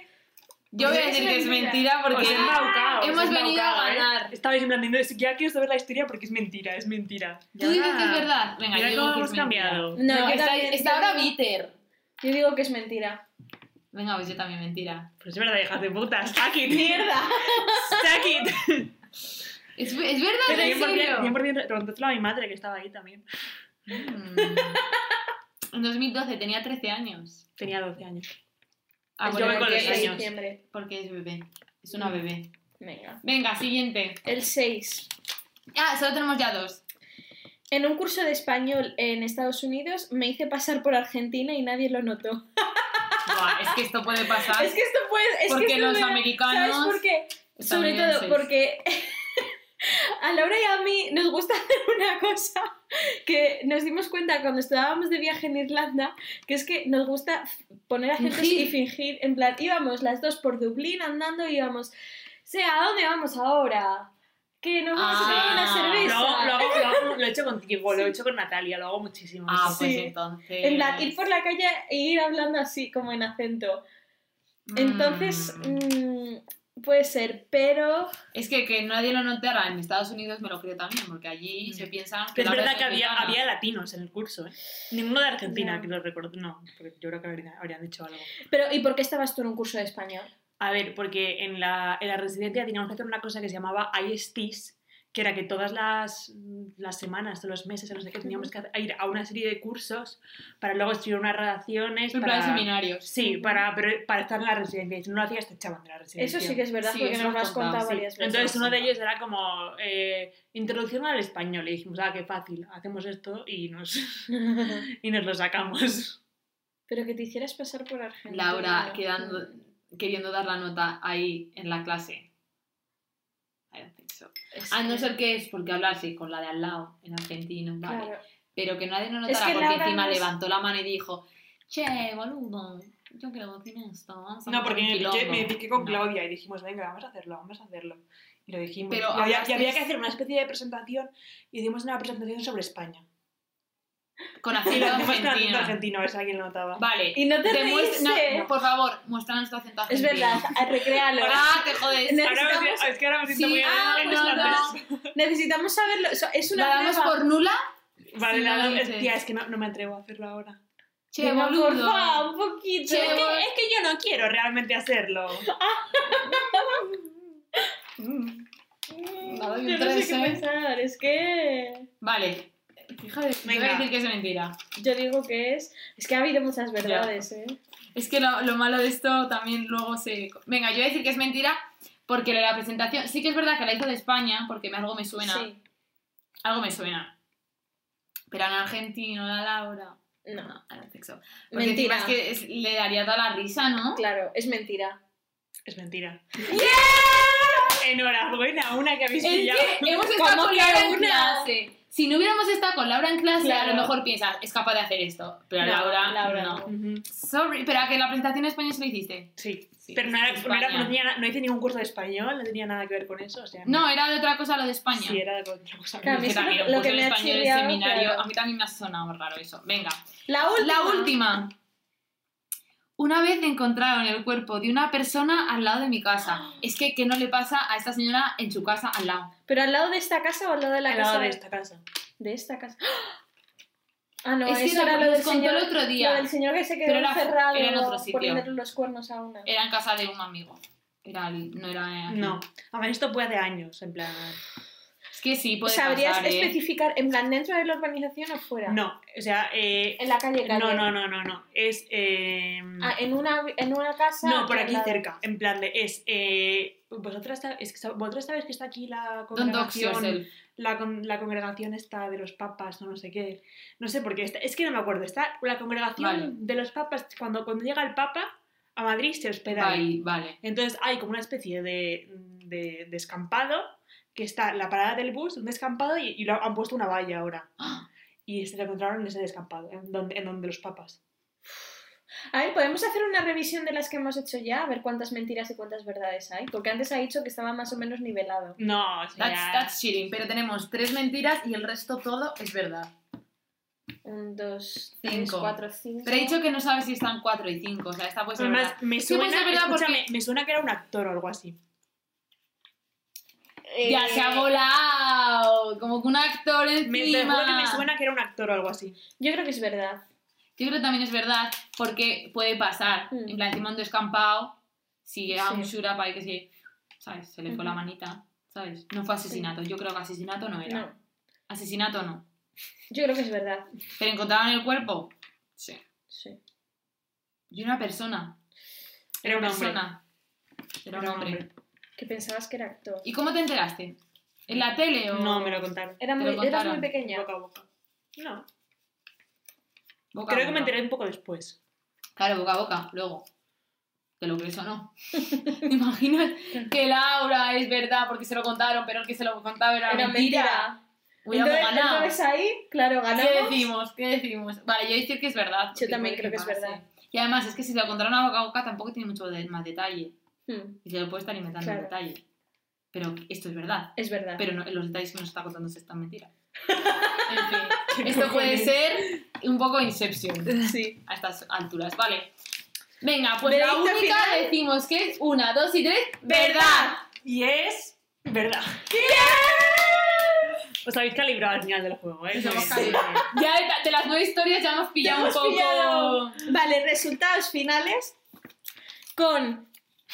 [SPEAKER 2] Yo voy a
[SPEAKER 1] Es
[SPEAKER 2] decir que es mentira
[SPEAKER 1] mentira.
[SPEAKER 2] porque...
[SPEAKER 3] Os he embaucado, os he
[SPEAKER 2] hemos venido
[SPEAKER 3] embaucado,
[SPEAKER 2] a
[SPEAKER 3] ¿eh?
[SPEAKER 2] ganar.
[SPEAKER 3] Estabais en plan, de, no, si ya quiero saber la historia porque es mentira, es mentira.
[SPEAKER 2] ¿Tú dices que es verdad? Venga, yo
[SPEAKER 3] Mira
[SPEAKER 2] digo
[SPEAKER 3] cómo
[SPEAKER 2] que es
[SPEAKER 3] hemos
[SPEAKER 2] mentira.
[SPEAKER 3] cambiado.
[SPEAKER 1] No,
[SPEAKER 2] No,
[SPEAKER 1] yo
[SPEAKER 2] está,
[SPEAKER 1] también-
[SPEAKER 2] está
[SPEAKER 1] yo
[SPEAKER 2] ahora
[SPEAKER 1] digo-
[SPEAKER 2] bitter.
[SPEAKER 1] Yo digo que es mentira.
[SPEAKER 2] Venga, pues yo también mentira.
[SPEAKER 3] Pero es verdad, hijas de putas. Suck it.
[SPEAKER 1] ¡Mierda!
[SPEAKER 3] Suck it.
[SPEAKER 2] Es, ve- es verdad,
[SPEAKER 3] Pero
[SPEAKER 2] en
[SPEAKER 3] bien por bien,
[SPEAKER 2] serio.
[SPEAKER 3] bien por bien, preguntadlo a mi madre que estaba ahí también.
[SPEAKER 2] Mm. En 2012 tenía 13 años.
[SPEAKER 3] Tenía 12 años.
[SPEAKER 2] Ah,
[SPEAKER 3] Yo
[SPEAKER 2] bueno,
[SPEAKER 3] voy con
[SPEAKER 2] porque,
[SPEAKER 3] los
[SPEAKER 1] el de
[SPEAKER 2] es,
[SPEAKER 3] años.
[SPEAKER 1] diciembre.
[SPEAKER 2] porque es bebé. Es una bebé.
[SPEAKER 1] Venga.
[SPEAKER 2] Venga, siguiente.
[SPEAKER 1] El 6.
[SPEAKER 2] Ah, solo tenemos ya dos.
[SPEAKER 1] En un curso de español en Estados Unidos me hice pasar por Argentina y nadie lo notó.
[SPEAKER 2] Buah, es que esto puede pasar.
[SPEAKER 1] Es que esto puede... Es
[SPEAKER 2] Porque
[SPEAKER 1] que esto
[SPEAKER 2] los
[SPEAKER 1] me da-
[SPEAKER 2] americanos-
[SPEAKER 1] ¿Sabes por qué? Sobre
[SPEAKER 2] Estadounidenses.
[SPEAKER 1] todo porque... A Laura y a mí nos gusta hacer una cosa que nos dimos cuenta cuando estábamos de viaje en Irlanda, que es que nos gusta f- poner acentos
[SPEAKER 2] Fingir.
[SPEAKER 1] y fingir. En plan, íbamos las dos por Dublín andando y íbamos, sea, ¿a dónde vamos ahora? Que nos vamos a tomar
[SPEAKER 2] Ah.
[SPEAKER 1] una cerveza.
[SPEAKER 3] Lo, lo, hago, lo, hago- lo he hecho contigo, lo he hecho con Natalia, lo hago muchísimo.
[SPEAKER 2] Ah, pues
[SPEAKER 1] Sí.
[SPEAKER 2] entonces.
[SPEAKER 1] En plan, ir por la calle e ir hablando así, como en acento. Entonces,
[SPEAKER 2] Mm.
[SPEAKER 1] mm, Puede ser, pero.
[SPEAKER 2] Es que que nadie lo notara en Estados Unidos me lo creo también, porque
[SPEAKER 1] Mm.
[SPEAKER 2] allí se piensan que
[SPEAKER 3] es
[SPEAKER 2] Laura
[SPEAKER 3] verdad que había,
[SPEAKER 2] africana.
[SPEAKER 3] había latinos en el curso, ¿eh? Ninguno de Argentina,
[SPEAKER 1] Ya.
[SPEAKER 3] que lo recuerdo. No, porque yo creo que habrían, habrían dicho algo.
[SPEAKER 1] Pero, ¿y por qué estabas tú en un curso de español?
[SPEAKER 3] A ver, porque en la, en la residencia teníamos que hacer una cosa que se llamaba ISTs, que era que todas las, las semanas, todos los meses, o no sé qué, teníamos que hacer- ir a una serie de cursos para luego escribir unas redacciones.
[SPEAKER 2] En
[SPEAKER 3] para...
[SPEAKER 2] plan seminarios.
[SPEAKER 3] Sí, para, pero para estar en la residencia. Y si no lo hacías, te echaban de la residencia.
[SPEAKER 1] Eso sí que es verdad,
[SPEAKER 2] Sí,
[SPEAKER 1] porque
[SPEAKER 2] eso
[SPEAKER 1] nos lo
[SPEAKER 2] lo has
[SPEAKER 1] has contado
[SPEAKER 2] contado, sí.
[SPEAKER 1] varias veces.
[SPEAKER 3] Entonces uno de ellos era como eh, introducción al español y dijimos, ah, qué fácil, hacemos esto y nos, y nos lo sacamos.
[SPEAKER 1] pero que te hicieras pasar por Argentina.
[SPEAKER 2] Laura quedando, queriendo dar la nota ahí en la clase. I don't think so.
[SPEAKER 1] Es
[SPEAKER 2] A no
[SPEAKER 1] que-
[SPEAKER 2] ser que es porque hablarse con la de al lado en argentino, vale.
[SPEAKER 1] Claro.
[SPEAKER 2] Pero que nadie lo notara
[SPEAKER 1] Es que
[SPEAKER 2] porque
[SPEAKER 1] Laura
[SPEAKER 2] encima
[SPEAKER 1] no es-
[SPEAKER 2] levantó la mano y dijo, che, boludo, yo quiero decir esto. vamos a
[SPEAKER 3] No,
[SPEAKER 2] hacer
[SPEAKER 3] porque
[SPEAKER 2] un
[SPEAKER 3] me piqué,
[SPEAKER 2] quilombo".
[SPEAKER 3] me piqué con
[SPEAKER 2] No.
[SPEAKER 3] Claudia y dijimos, venga, vamos a hacerlo, vamos a hacerlo. Y lo dijimos.
[SPEAKER 2] Pero
[SPEAKER 3] y, había, y había
[SPEAKER 2] hablasteis-
[SPEAKER 3] que hacer una especie de presentación y hicimos una presentación sobre España.
[SPEAKER 2] Con
[SPEAKER 3] Y
[SPEAKER 2] acento
[SPEAKER 3] lo hicimos con acento
[SPEAKER 2] argentino.
[SPEAKER 3] argentino, a ver si alguien lo notaba.
[SPEAKER 2] Vale.
[SPEAKER 1] Y no te
[SPEAKER 2] Demuestra- no,
[SPEAKER 1] reíste.
[SPEAKER 2] no, por favor, muéstranos tu acento
[SPEAKER 1] Es
[SPEAKER 2] argentino.
[SPEAKER 1] verdad, recréalo.
[SPEAKER 2] Ah, te jodes.
[SPEAKER 1] Ne-
[SPEAKER 3] Ahora me siento-
[SPEAKER 1] necesitamos-
[SPEAKER 3] es que ahora me siento
[SPEAKER 2] Sí,
[SPEAKER 3] muy
[SPEAKER 2] ah,
[SPEAKER 3] en- en
[SPEAKER 2] no,
[SPEAKER 3] Islandes.
[SPEAKER 1] Necesitamos saberlo. so- Es
[SPEAKER 2] ¿La
[SPEAKER 1] una
[SPEAKER 2] damos
[SPEAKER 1] prueba.
[SPEAKER 2] por nula?
[SPEAKER 3] Vale,
[SPEAKER 2] Sí,
[SPEAKER 3] nada,
[SPEAKER 2] lo
[SPEAKER 3] es,
[SPEAKER 2] dices.
[SPEAKER 3] tía, es que no, no me atrevo a hacerlo ahora.
[SPEAKER 2] Che,
[SPEAKER 1] Venga,
[SPEAKER 2] boludo.
[SPEAKER 1] porfa, un poquito.
[SPEAKER 2] Che,
[SPEAKER 1] Es que-
[SPEAKER 2] bol-
[SPEAKER 3] que yo no quiero realmente hacerlo.
[SPEAKER 1] Mm,
[SPEAKER 2] Nada,
[SPEAKER 1] Yo no sé qué
[SPEAKER 2] entonces, ¿eh?
[SPEAKER 1] pensar. Es que.
[SPEAKER 2] Vale. Fíjate, me voy
[SPEAKER 3] Venga.
[SPEAKER 2] a decir que es mentira.
[SPEAKER 1] Yo digo que es. Es que ha habido muchas verdades, ¿eh?
[SPEAKER 2] Es que lo, lo malo de esto también luego se... Venga, yo voy a decir que es mentira porque lo de la presentación... Sí que es verdad que la hizo de España porque me- algo me suena.
[SPEAKER 1] Sí.
[SPEAKER 2] Algo me suena. Pero en argentino, la Laura...
[SPEAKER 1] No.
[SPEAKER 2] No, I don't think so. Porque
[SPEAKER 1] Mentira.
[SPEAKER 2] encima Es que es- le daría toda la risa, ¿no?
[SPEAKER 1] Claro, es mentira.
[SPEAKER 3] Es mentira. Enhorabuena, una que habéis
[SPEAKER 2] Es
[SPEAKER 3] pillado.
[SPEAKER 2] que hemos
[SPEAKER 1] ¿Cómo
[SPEAKER 2] estado con
[SPEAKER 1] que
[SPEAKER 2] Laura en
[SPEAKER 1] una?
[SPEAKER 2] clase. Si no hubiéramos estado con Laura en clase, a
[SPEAKER 1] Claro.
[SPEAKER 2] lo mejor piensas, es capaz de hacer esto. Pero
[SPEAKER 1] No,
[SPEAKER 2] Laura,
[SPEAKER 1] Laura
[SPEAKER 2] no.
[SPEAKER 1] no.
[SPEAKER 3] Ujú,
[SPEAKER 2] Sorry, pero a que la presentación en español se lo hiciste.
[SPEAKER 3] Sí,
[SPEAKER 2] Sí,
[SPEAKER 3] pero no, era- no,
[SPEAKER 2] España.
[SPEAKER 3] era- no tenía na- no hice ningún curso de español, no tenía nada que ver con eso. O sea,
[SPEAKER 2] No, era de otra cosa lo de España.
[SPEAKER 3] Sí, era de otra cosa.
[SPEAKER 1] Claro, a mí
[SPEAKER 2] Que
[SPEAKER 1] es que
[SPEAKER 2] también
[SPEAKER 1] lo-
[SPEAKER 2] lo,
[SPEAKER 1] lo que
[SPEAKER 2] que
[SPEAKER 1] me ha
[SPEAKER 2] español en
[SPEAKER 1] chirriado,
[SPEAKER 2] seminario.
[SPEAKER 1] claro.
[SPEAKER 2] A mí también me ha sonado raro eso. Venga.
[SPEAKER 1] La última.
[SPEAKER 2] La última. Una vez encontraron el cuerpo de una persona al lado de mi casa. Es que, ¿qué no le pasa a esta señora en su casa al lado?
[SPEAKER 1] ¿Pero al lado de esta casa o al lado de la
[SPEAKER 3] Al
[SPEAKER 1] casa?
[SPEAKER 3] lado de esta casa.
[SPEAKER 1] de esta casa. Ah, no,
[SPEAKER 2] Es que
[SPEAKER 1] eso
[SPEAKER 2] lo-
[SPEAKER 1] era lo
[SPEAKER 2] nos
[SPEAKER 1] del
[SPEAKER 2] contó
[SPEAKER 1] señor.
[SPEAKER 2] el otro día.
[SPEAKER 1] Lo del señor que se quedó
[SPEAKER 2] Pero era-
[SPEAKER 1] encerrado
[SPEAKER 2] era en otro sitio. Eh,
[SPEAKER 1] por ponerle los cuernos a una.
[SPEAKER 2] Era en casa de un amigo. Era el- no era. aquí.
[SPEAKER 3] No, a ver, esto fue hace años, en plan...
[SPEAKER 2] Es que sí, puede
[SPEAKER 1] ¿Sabrías
[SPEAKER 2] pasar, ¿eh?
[SPEAKER 1] especificar en plan dentro de la urbanización o fuera?
[SPEAKER 3] No, o sea, eh,
[SPEAKER 1] En la calle, calle.
[SPEAKER 3] no, no, no, no, no, es... eh,
[SPEAKER 1] Ah, en una, en una casa.
[SPEAKER 3] no, por
[SPEAKER 1] al
[SPEAKER 3] aquí
[SPEAKER 1] lado.
[SPEAKER 3] cerca, en plan de, es... eh, ¿vosotras, sab- es que sab- vosotras sabéis que está aquí la
[SPEAKER 2] Don't dox
[SPEAKER 3] congregación,
[SPEAKER 2] yourself.
[SPEAKER 3] la, con- la congregación está de los papas, o no sé qué, no sé, porque está- es que no me acuerdo, está la congregación
[SPEAKER 2] Vale.
[SPEAKER 3] de los papas, cuando, cuando llega el papa a Madrid se hospeda ahí.
[SPEAKER 2] Vale, vale.
[SPEAKER 3] Entonces hay como una especie de, de, de escampado que está la parada del bus, un descampado, y, y lo han puesto una valla ahora.
[SPEAKER 2] ¡Ah!
[SPEAKER 3] Y se lo encontraron en ese descampado, en donde, en donde los papas.
[SPEAKER 1] A ver, podemos hacer una revisión de las que hemos hecho ya, a ver cuántas mentiras y cuántas verdades hay. Porque antes ha dicho que estaba más o menos nivelado.
[SPEAKER 3] No, o
[SPEAKER 2] That's, that's cheating. Pero tenemos tres mentiras y el resto todo es verdad.
[SPEAKER 1] Un, dos, tres,
[SPEAKER 2] Cinco.
[SPEAKER 1] cuatro, cinco.
[SPEAKER 2] Pero he dicho que no sabes si están cuatro y cinco. O sea, esta puede ser verdad.
[SPEAKER 3] Además, me
[SPEAKER 2] Sí,
[SPEAKER 3] suena,
[SPEAKER 2] pues es verdad porque-
[SPEAKER 3] escúchame, me suena que era un actor o algo así.
[SPEAKER 1] Eh,
[SPEAKER 2] ¡Ya se ha volado! Como que un actor
[SPEAKER 3] Me, te
[SPEAKER 2] encima.
[SPEAKER 3] juro que me suena que era un actor o algo así.
[SPEAKER 1] Yo creo que es verdad.
[SPEAKER 2] Yo creo que también es verdad, porque puede pasar.
[SPEAKER 1] Mm.
[SPEAKER 2] En plan, encima de un descampado, si llega
[SPEAKER 1] Sí.
[SPEAKER 2] un shura para que se, ¿sabes? Se le fue la
[SPEAKER 1] Ujú.
[SPEAKER 2] manita, ¿sabes? No fue asesinato. Yo creo que asesinato no era.
[SPEAKER 1] No,
[SPEAKER 2] Asesinato no.
[SPEAKER 1] yo creo que es verdad.
[SPEAKER 2] ¿Pero encontraron el cuerpo? Sí.
[SPEAKER 1] Sí.
[SPEAKER 2] Y una persona.
[SPEAKER 3] Era un hombre.
[SPEAKER 2] persona. Era un hombre.
[SPEAKER 1] Que pensabas que era actor.
[SPEAKER 2] ¿Y cómo te enteraste? ¿En la tele o...?
[SPEAKER 3] No, me lo contaron.
[SPEAKER 1] Era
[SPEAKER 2] Te
[SPEAKER 1] muy,
[SPEAKER 2] lo
[SPEAKER 1] eras
[SPEAKER 2] contaron.
[SPEAKER 1] muy pequeña.
[SPEAKER 3] Boca a boca. No,
[SPEAKER 2] Boca a
[SPEAKER 3] creo que
[SPEAKER 2] boca.
[SPEAKER 3] me enteré un poco después.
[SPEAKER 2] Claro, boca a boca, luego. ¿Te lo crees o no? ¿Te imaginas que Laura es verdad porque se lo contaron, pero el que se lo contaba era,
[SPEAKER 1] Era
[SPEAKER 2] mentira?
[SPEAKER 1] mentira.
[SPEAKER 2] Hubiéramos
[SPEAKER 1] Entonces,
[SPEAKER 2] ganado.
[SPEAKER 1] entonces ahí, claro,
[SPEAKER 2] ¿Qué
[SPEAKER 1] ganamos.
[SPEAKER 2] decimos? ¿Qué decimos? Vale, yo voy a decir que es verdad. porque
[SPEAKER 1] también
[SPEAKER 2] puede
[SPEAKER 1] creo que es
[SPEAKER 2] pase.
[SPEAKER 1] verdad.
[SPEAKER 2] Y además, es que si lo contaron a boca a boca tampoco tiene mucho de- más detalle.
[SPEAKER 1] Hmm,
[SPEAKER 2] Y se lo puede estar inventando
[SPEAKER 1] Claro.
[SPEAKER 2] en detalle. Pero esto es verdad.
[SPEAKER 1] es verdad.
[SPEAKER 2] Pero no- los detalles que nos está contando se están mentira. En fin, esto puede ser un poco Inception
[SPEAKER 1] Sí.
[SPEAKER 2] a estas alturas. Vale. Venga, pues la
[SPEAKER 3] Veredicto
[SPEAKER 2] única
[SPEAKER 3] final.
[SPEAKER 2] decimos que es una, dos y tres.
[SPEAKER 3] Y es verdad. Os habéis calibrado al final del juego, ¿eh?
[SPEAKER 2] Nos hemos
[SPEAKER 3] Muy bien.
[SPEAKER 2] calibrado. Ya de, de las nueve historias ya hemos pillado
[SPEAKER 1] hemos
[SPEAKER 2] un poco.
[SPEAKER 1] pillado. Vale, resultados finales con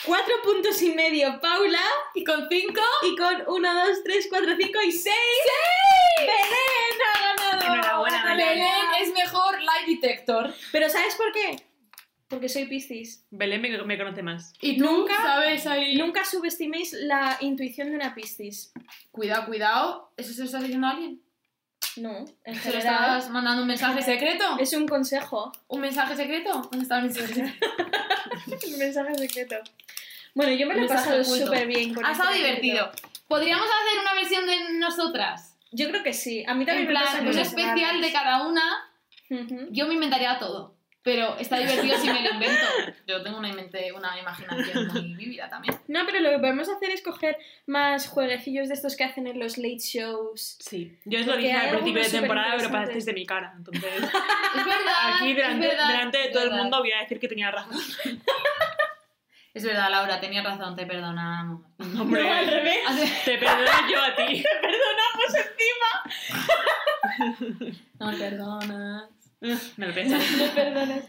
[SPEAKER 1] cuatro puntos y medio Paula
[SPEAKER 2] Y con cinco.
[SPEAKER 1] y con 1, 2, 3, 4, 5 y 6. ¡Belén ha ganado!
[SPEAKER 3] Enhorabuena,
[SPEAKER 1] Ha ganado.
[SPEAKER 3] Belén.
[SPEAKER 2] Belén es mejor Light Detector.
[SPEAKER 1] Pero ¿sabes por qué? Porque soy Piscis.
[SPEAKER 3] Belén me, me conoce más.
[SPEAKER 2] Y tú
[SPEAKER 1] Nunca-
[SPEAKER 2] sabes ahí.
[SPEAKER 1] Nunca subestiméis la intuición de una Piscis.
[SPEAKER 2] Cuidado, cuidado. ¿Eso se lo estás diciendo a alguien?
[SPEAKER 1] No, en
[SPEAKER 2] ¿Se lo
[SPEAKER 1] general.
[SPEAKER 2] estás mandando un mensaje secreto?
[SPEAKER 1] Es un consejo,
[SPEAKER 2] ¿Un mensaje secreto? ¿Dónde está el mensaje secreto?
[SPEAKER 1] un mensaje secreto. Bueno, yo me lo he
[SPEAKER 2] Mensaje
[SPEAKER 1] pasado
[SPEAKER 2] oculto.
[SPEAKER 1] súper bien. con
[SPEAKER 2] Ha
[SPEAKER 1] este
[SPEAKER 2] estado
[SPEAKER 1] capítulo.
[SPEAKER 2] divertido. ¿Podríamos hacer una versión de nosotras?
[SPEAKER 1] Yo creo que sí. A mí
[SPEAKER 2] En
[SPEAKER 1] también me pasa
[SPEAKER 2] plan, un
[SPEAKER 1] cosas
[SPEAKER 2] especial de cada una.
[SPEAKER 1] raras. Ujú.
[SPEAKER 2] Yo me inventaría todo. Pero está divertido si me lo invento. Yo tengo una, mente, una imaginación muy vívida también.
[SPEAKER 1] No, pero lo que podemos hacer es coger más jueguecillos de estos que hacen en los late shows.
[SPEAKER 3] Sí. Yo os lo
[SPEAKER 1] Porque
[SPEAKER 3] dije
[SPEAKER 1] hay
[SPEAKER 3] al principio de
[SPEAKER 1] algunos
[SPEAKER 3] temporada, pero
[SPEAKER 1] superinteresantes.
[SPEAKER 3] parecéis de mi cara. Entonces,
[SPEAKER 2] Es verdad.
[SPEAKER 3] aquí
[SPEAKER 2] es
[SPEAKER 3] delante,
[SPEAKER 2] verdad,
[SPEAKER 3] delante de
[SPEAKER 2] es
[SPEAKER 3] todo el
[SPEAKER 2] verdad.
[SPEAKER 3] mundo voy a decir que tenía razón.
[SPEAKER 2] Es verdad, Laura, tenías razón, te perdonamos.
[SPEAKER 3] Hombre,
[SPEAKER 1] No, al revés.
[SPEAKER 2] Hace-
[SPEAKER 3] te perdono yo a ti.
[SPEAKER 2] Nos perdonas.
[SPEAKER 3] me lo pensé.
[SPEAKER 1] No perdonas.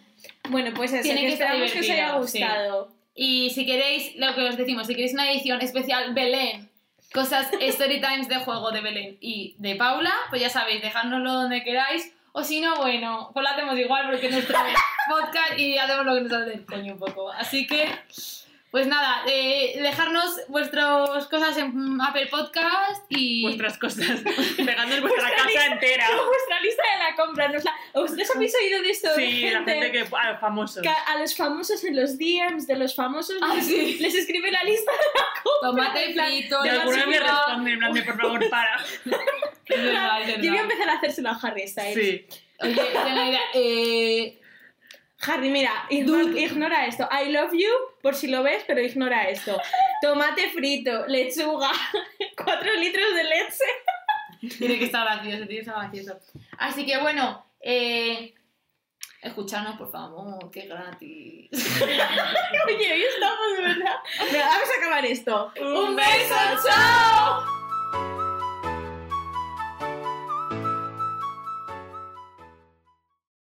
[SPEAKER 1] Bueno, pues eso,
[SPEAKER 2] Tiene
[SPEAKER 1] que
[SPEAKER 2] que estar
[SPEAKER 1] esperamos que os haya
[SPEAKER 2] divertido, sí.
[SPEAKER 1] gustado.
[SPEAKER 2] Y si queréis, lo que os decimos, si queréis una edición especial Belén, cosas story times de juego de Belén y de Paula, pues ya sabéis, dejárnoslo donde queráis. O si no, bueno, pues lo hacemos igual porque es nuestro podcast y hacemos lo que nos sale del coño un poco. Así que, pues nada, eh, dejarnos vuestras cosas en Apple Podcast y...
[SPEAKER 3] Vuestras cosas. Pegando en vuestra casa entera.
[SPEAKER 1] Vuestra lista de la compra. nos la- ¿Ustedes habéis oído de esto? de
[SPEAKER 3] Sí, la gente que. A los famosos.
[SPEAKER 1] que A los famosos en los DMs de los famosos
[SPEAKER 2] Ah,
[SPEAKER 1] les,
[SPEAKER 2] sí.
[SPEAKER 1] les escribe la lista.
[SPEAKER 2] Tomate frito,
[SPEAKER 3] De
[SPEAKER 2] leche
[SPEAKER 3] alguna me
[SPEAKER 2] fría.
[SPEAKER 3] responden, en plan de, por favor, para.
[SPEAKER 2] Es verdad, es
[SPEAKER 1] Yo voy a
[SPEAKER 2] verdad.
[SPEAKER 1] empezar a hacérselo a Harry Styles.
[SPEAKER 3] Sí.
[SPEAKER 2] Oye, tengo una idea. Eh,
[SPEAKER 1] Harry, mira, igno-
[SPEAKER 2] Dude.
[SPEAKER 1] ignora esto. I love you, por si lo ves, pero ignora esto. Tomate frito, lechuga, 4 litros de leche.
[SPEAKER 2] tiene que estar gracioso, tiene que estar gracioso. Así que bueno, eh, escuchadnos, por favor, que es gratis.
[SPEAKER 1] Oye, hoy estamos, de ¿verdad? Venga, vamos a acabar esto.
[SPEAKER 2] ¡Un beso, chao!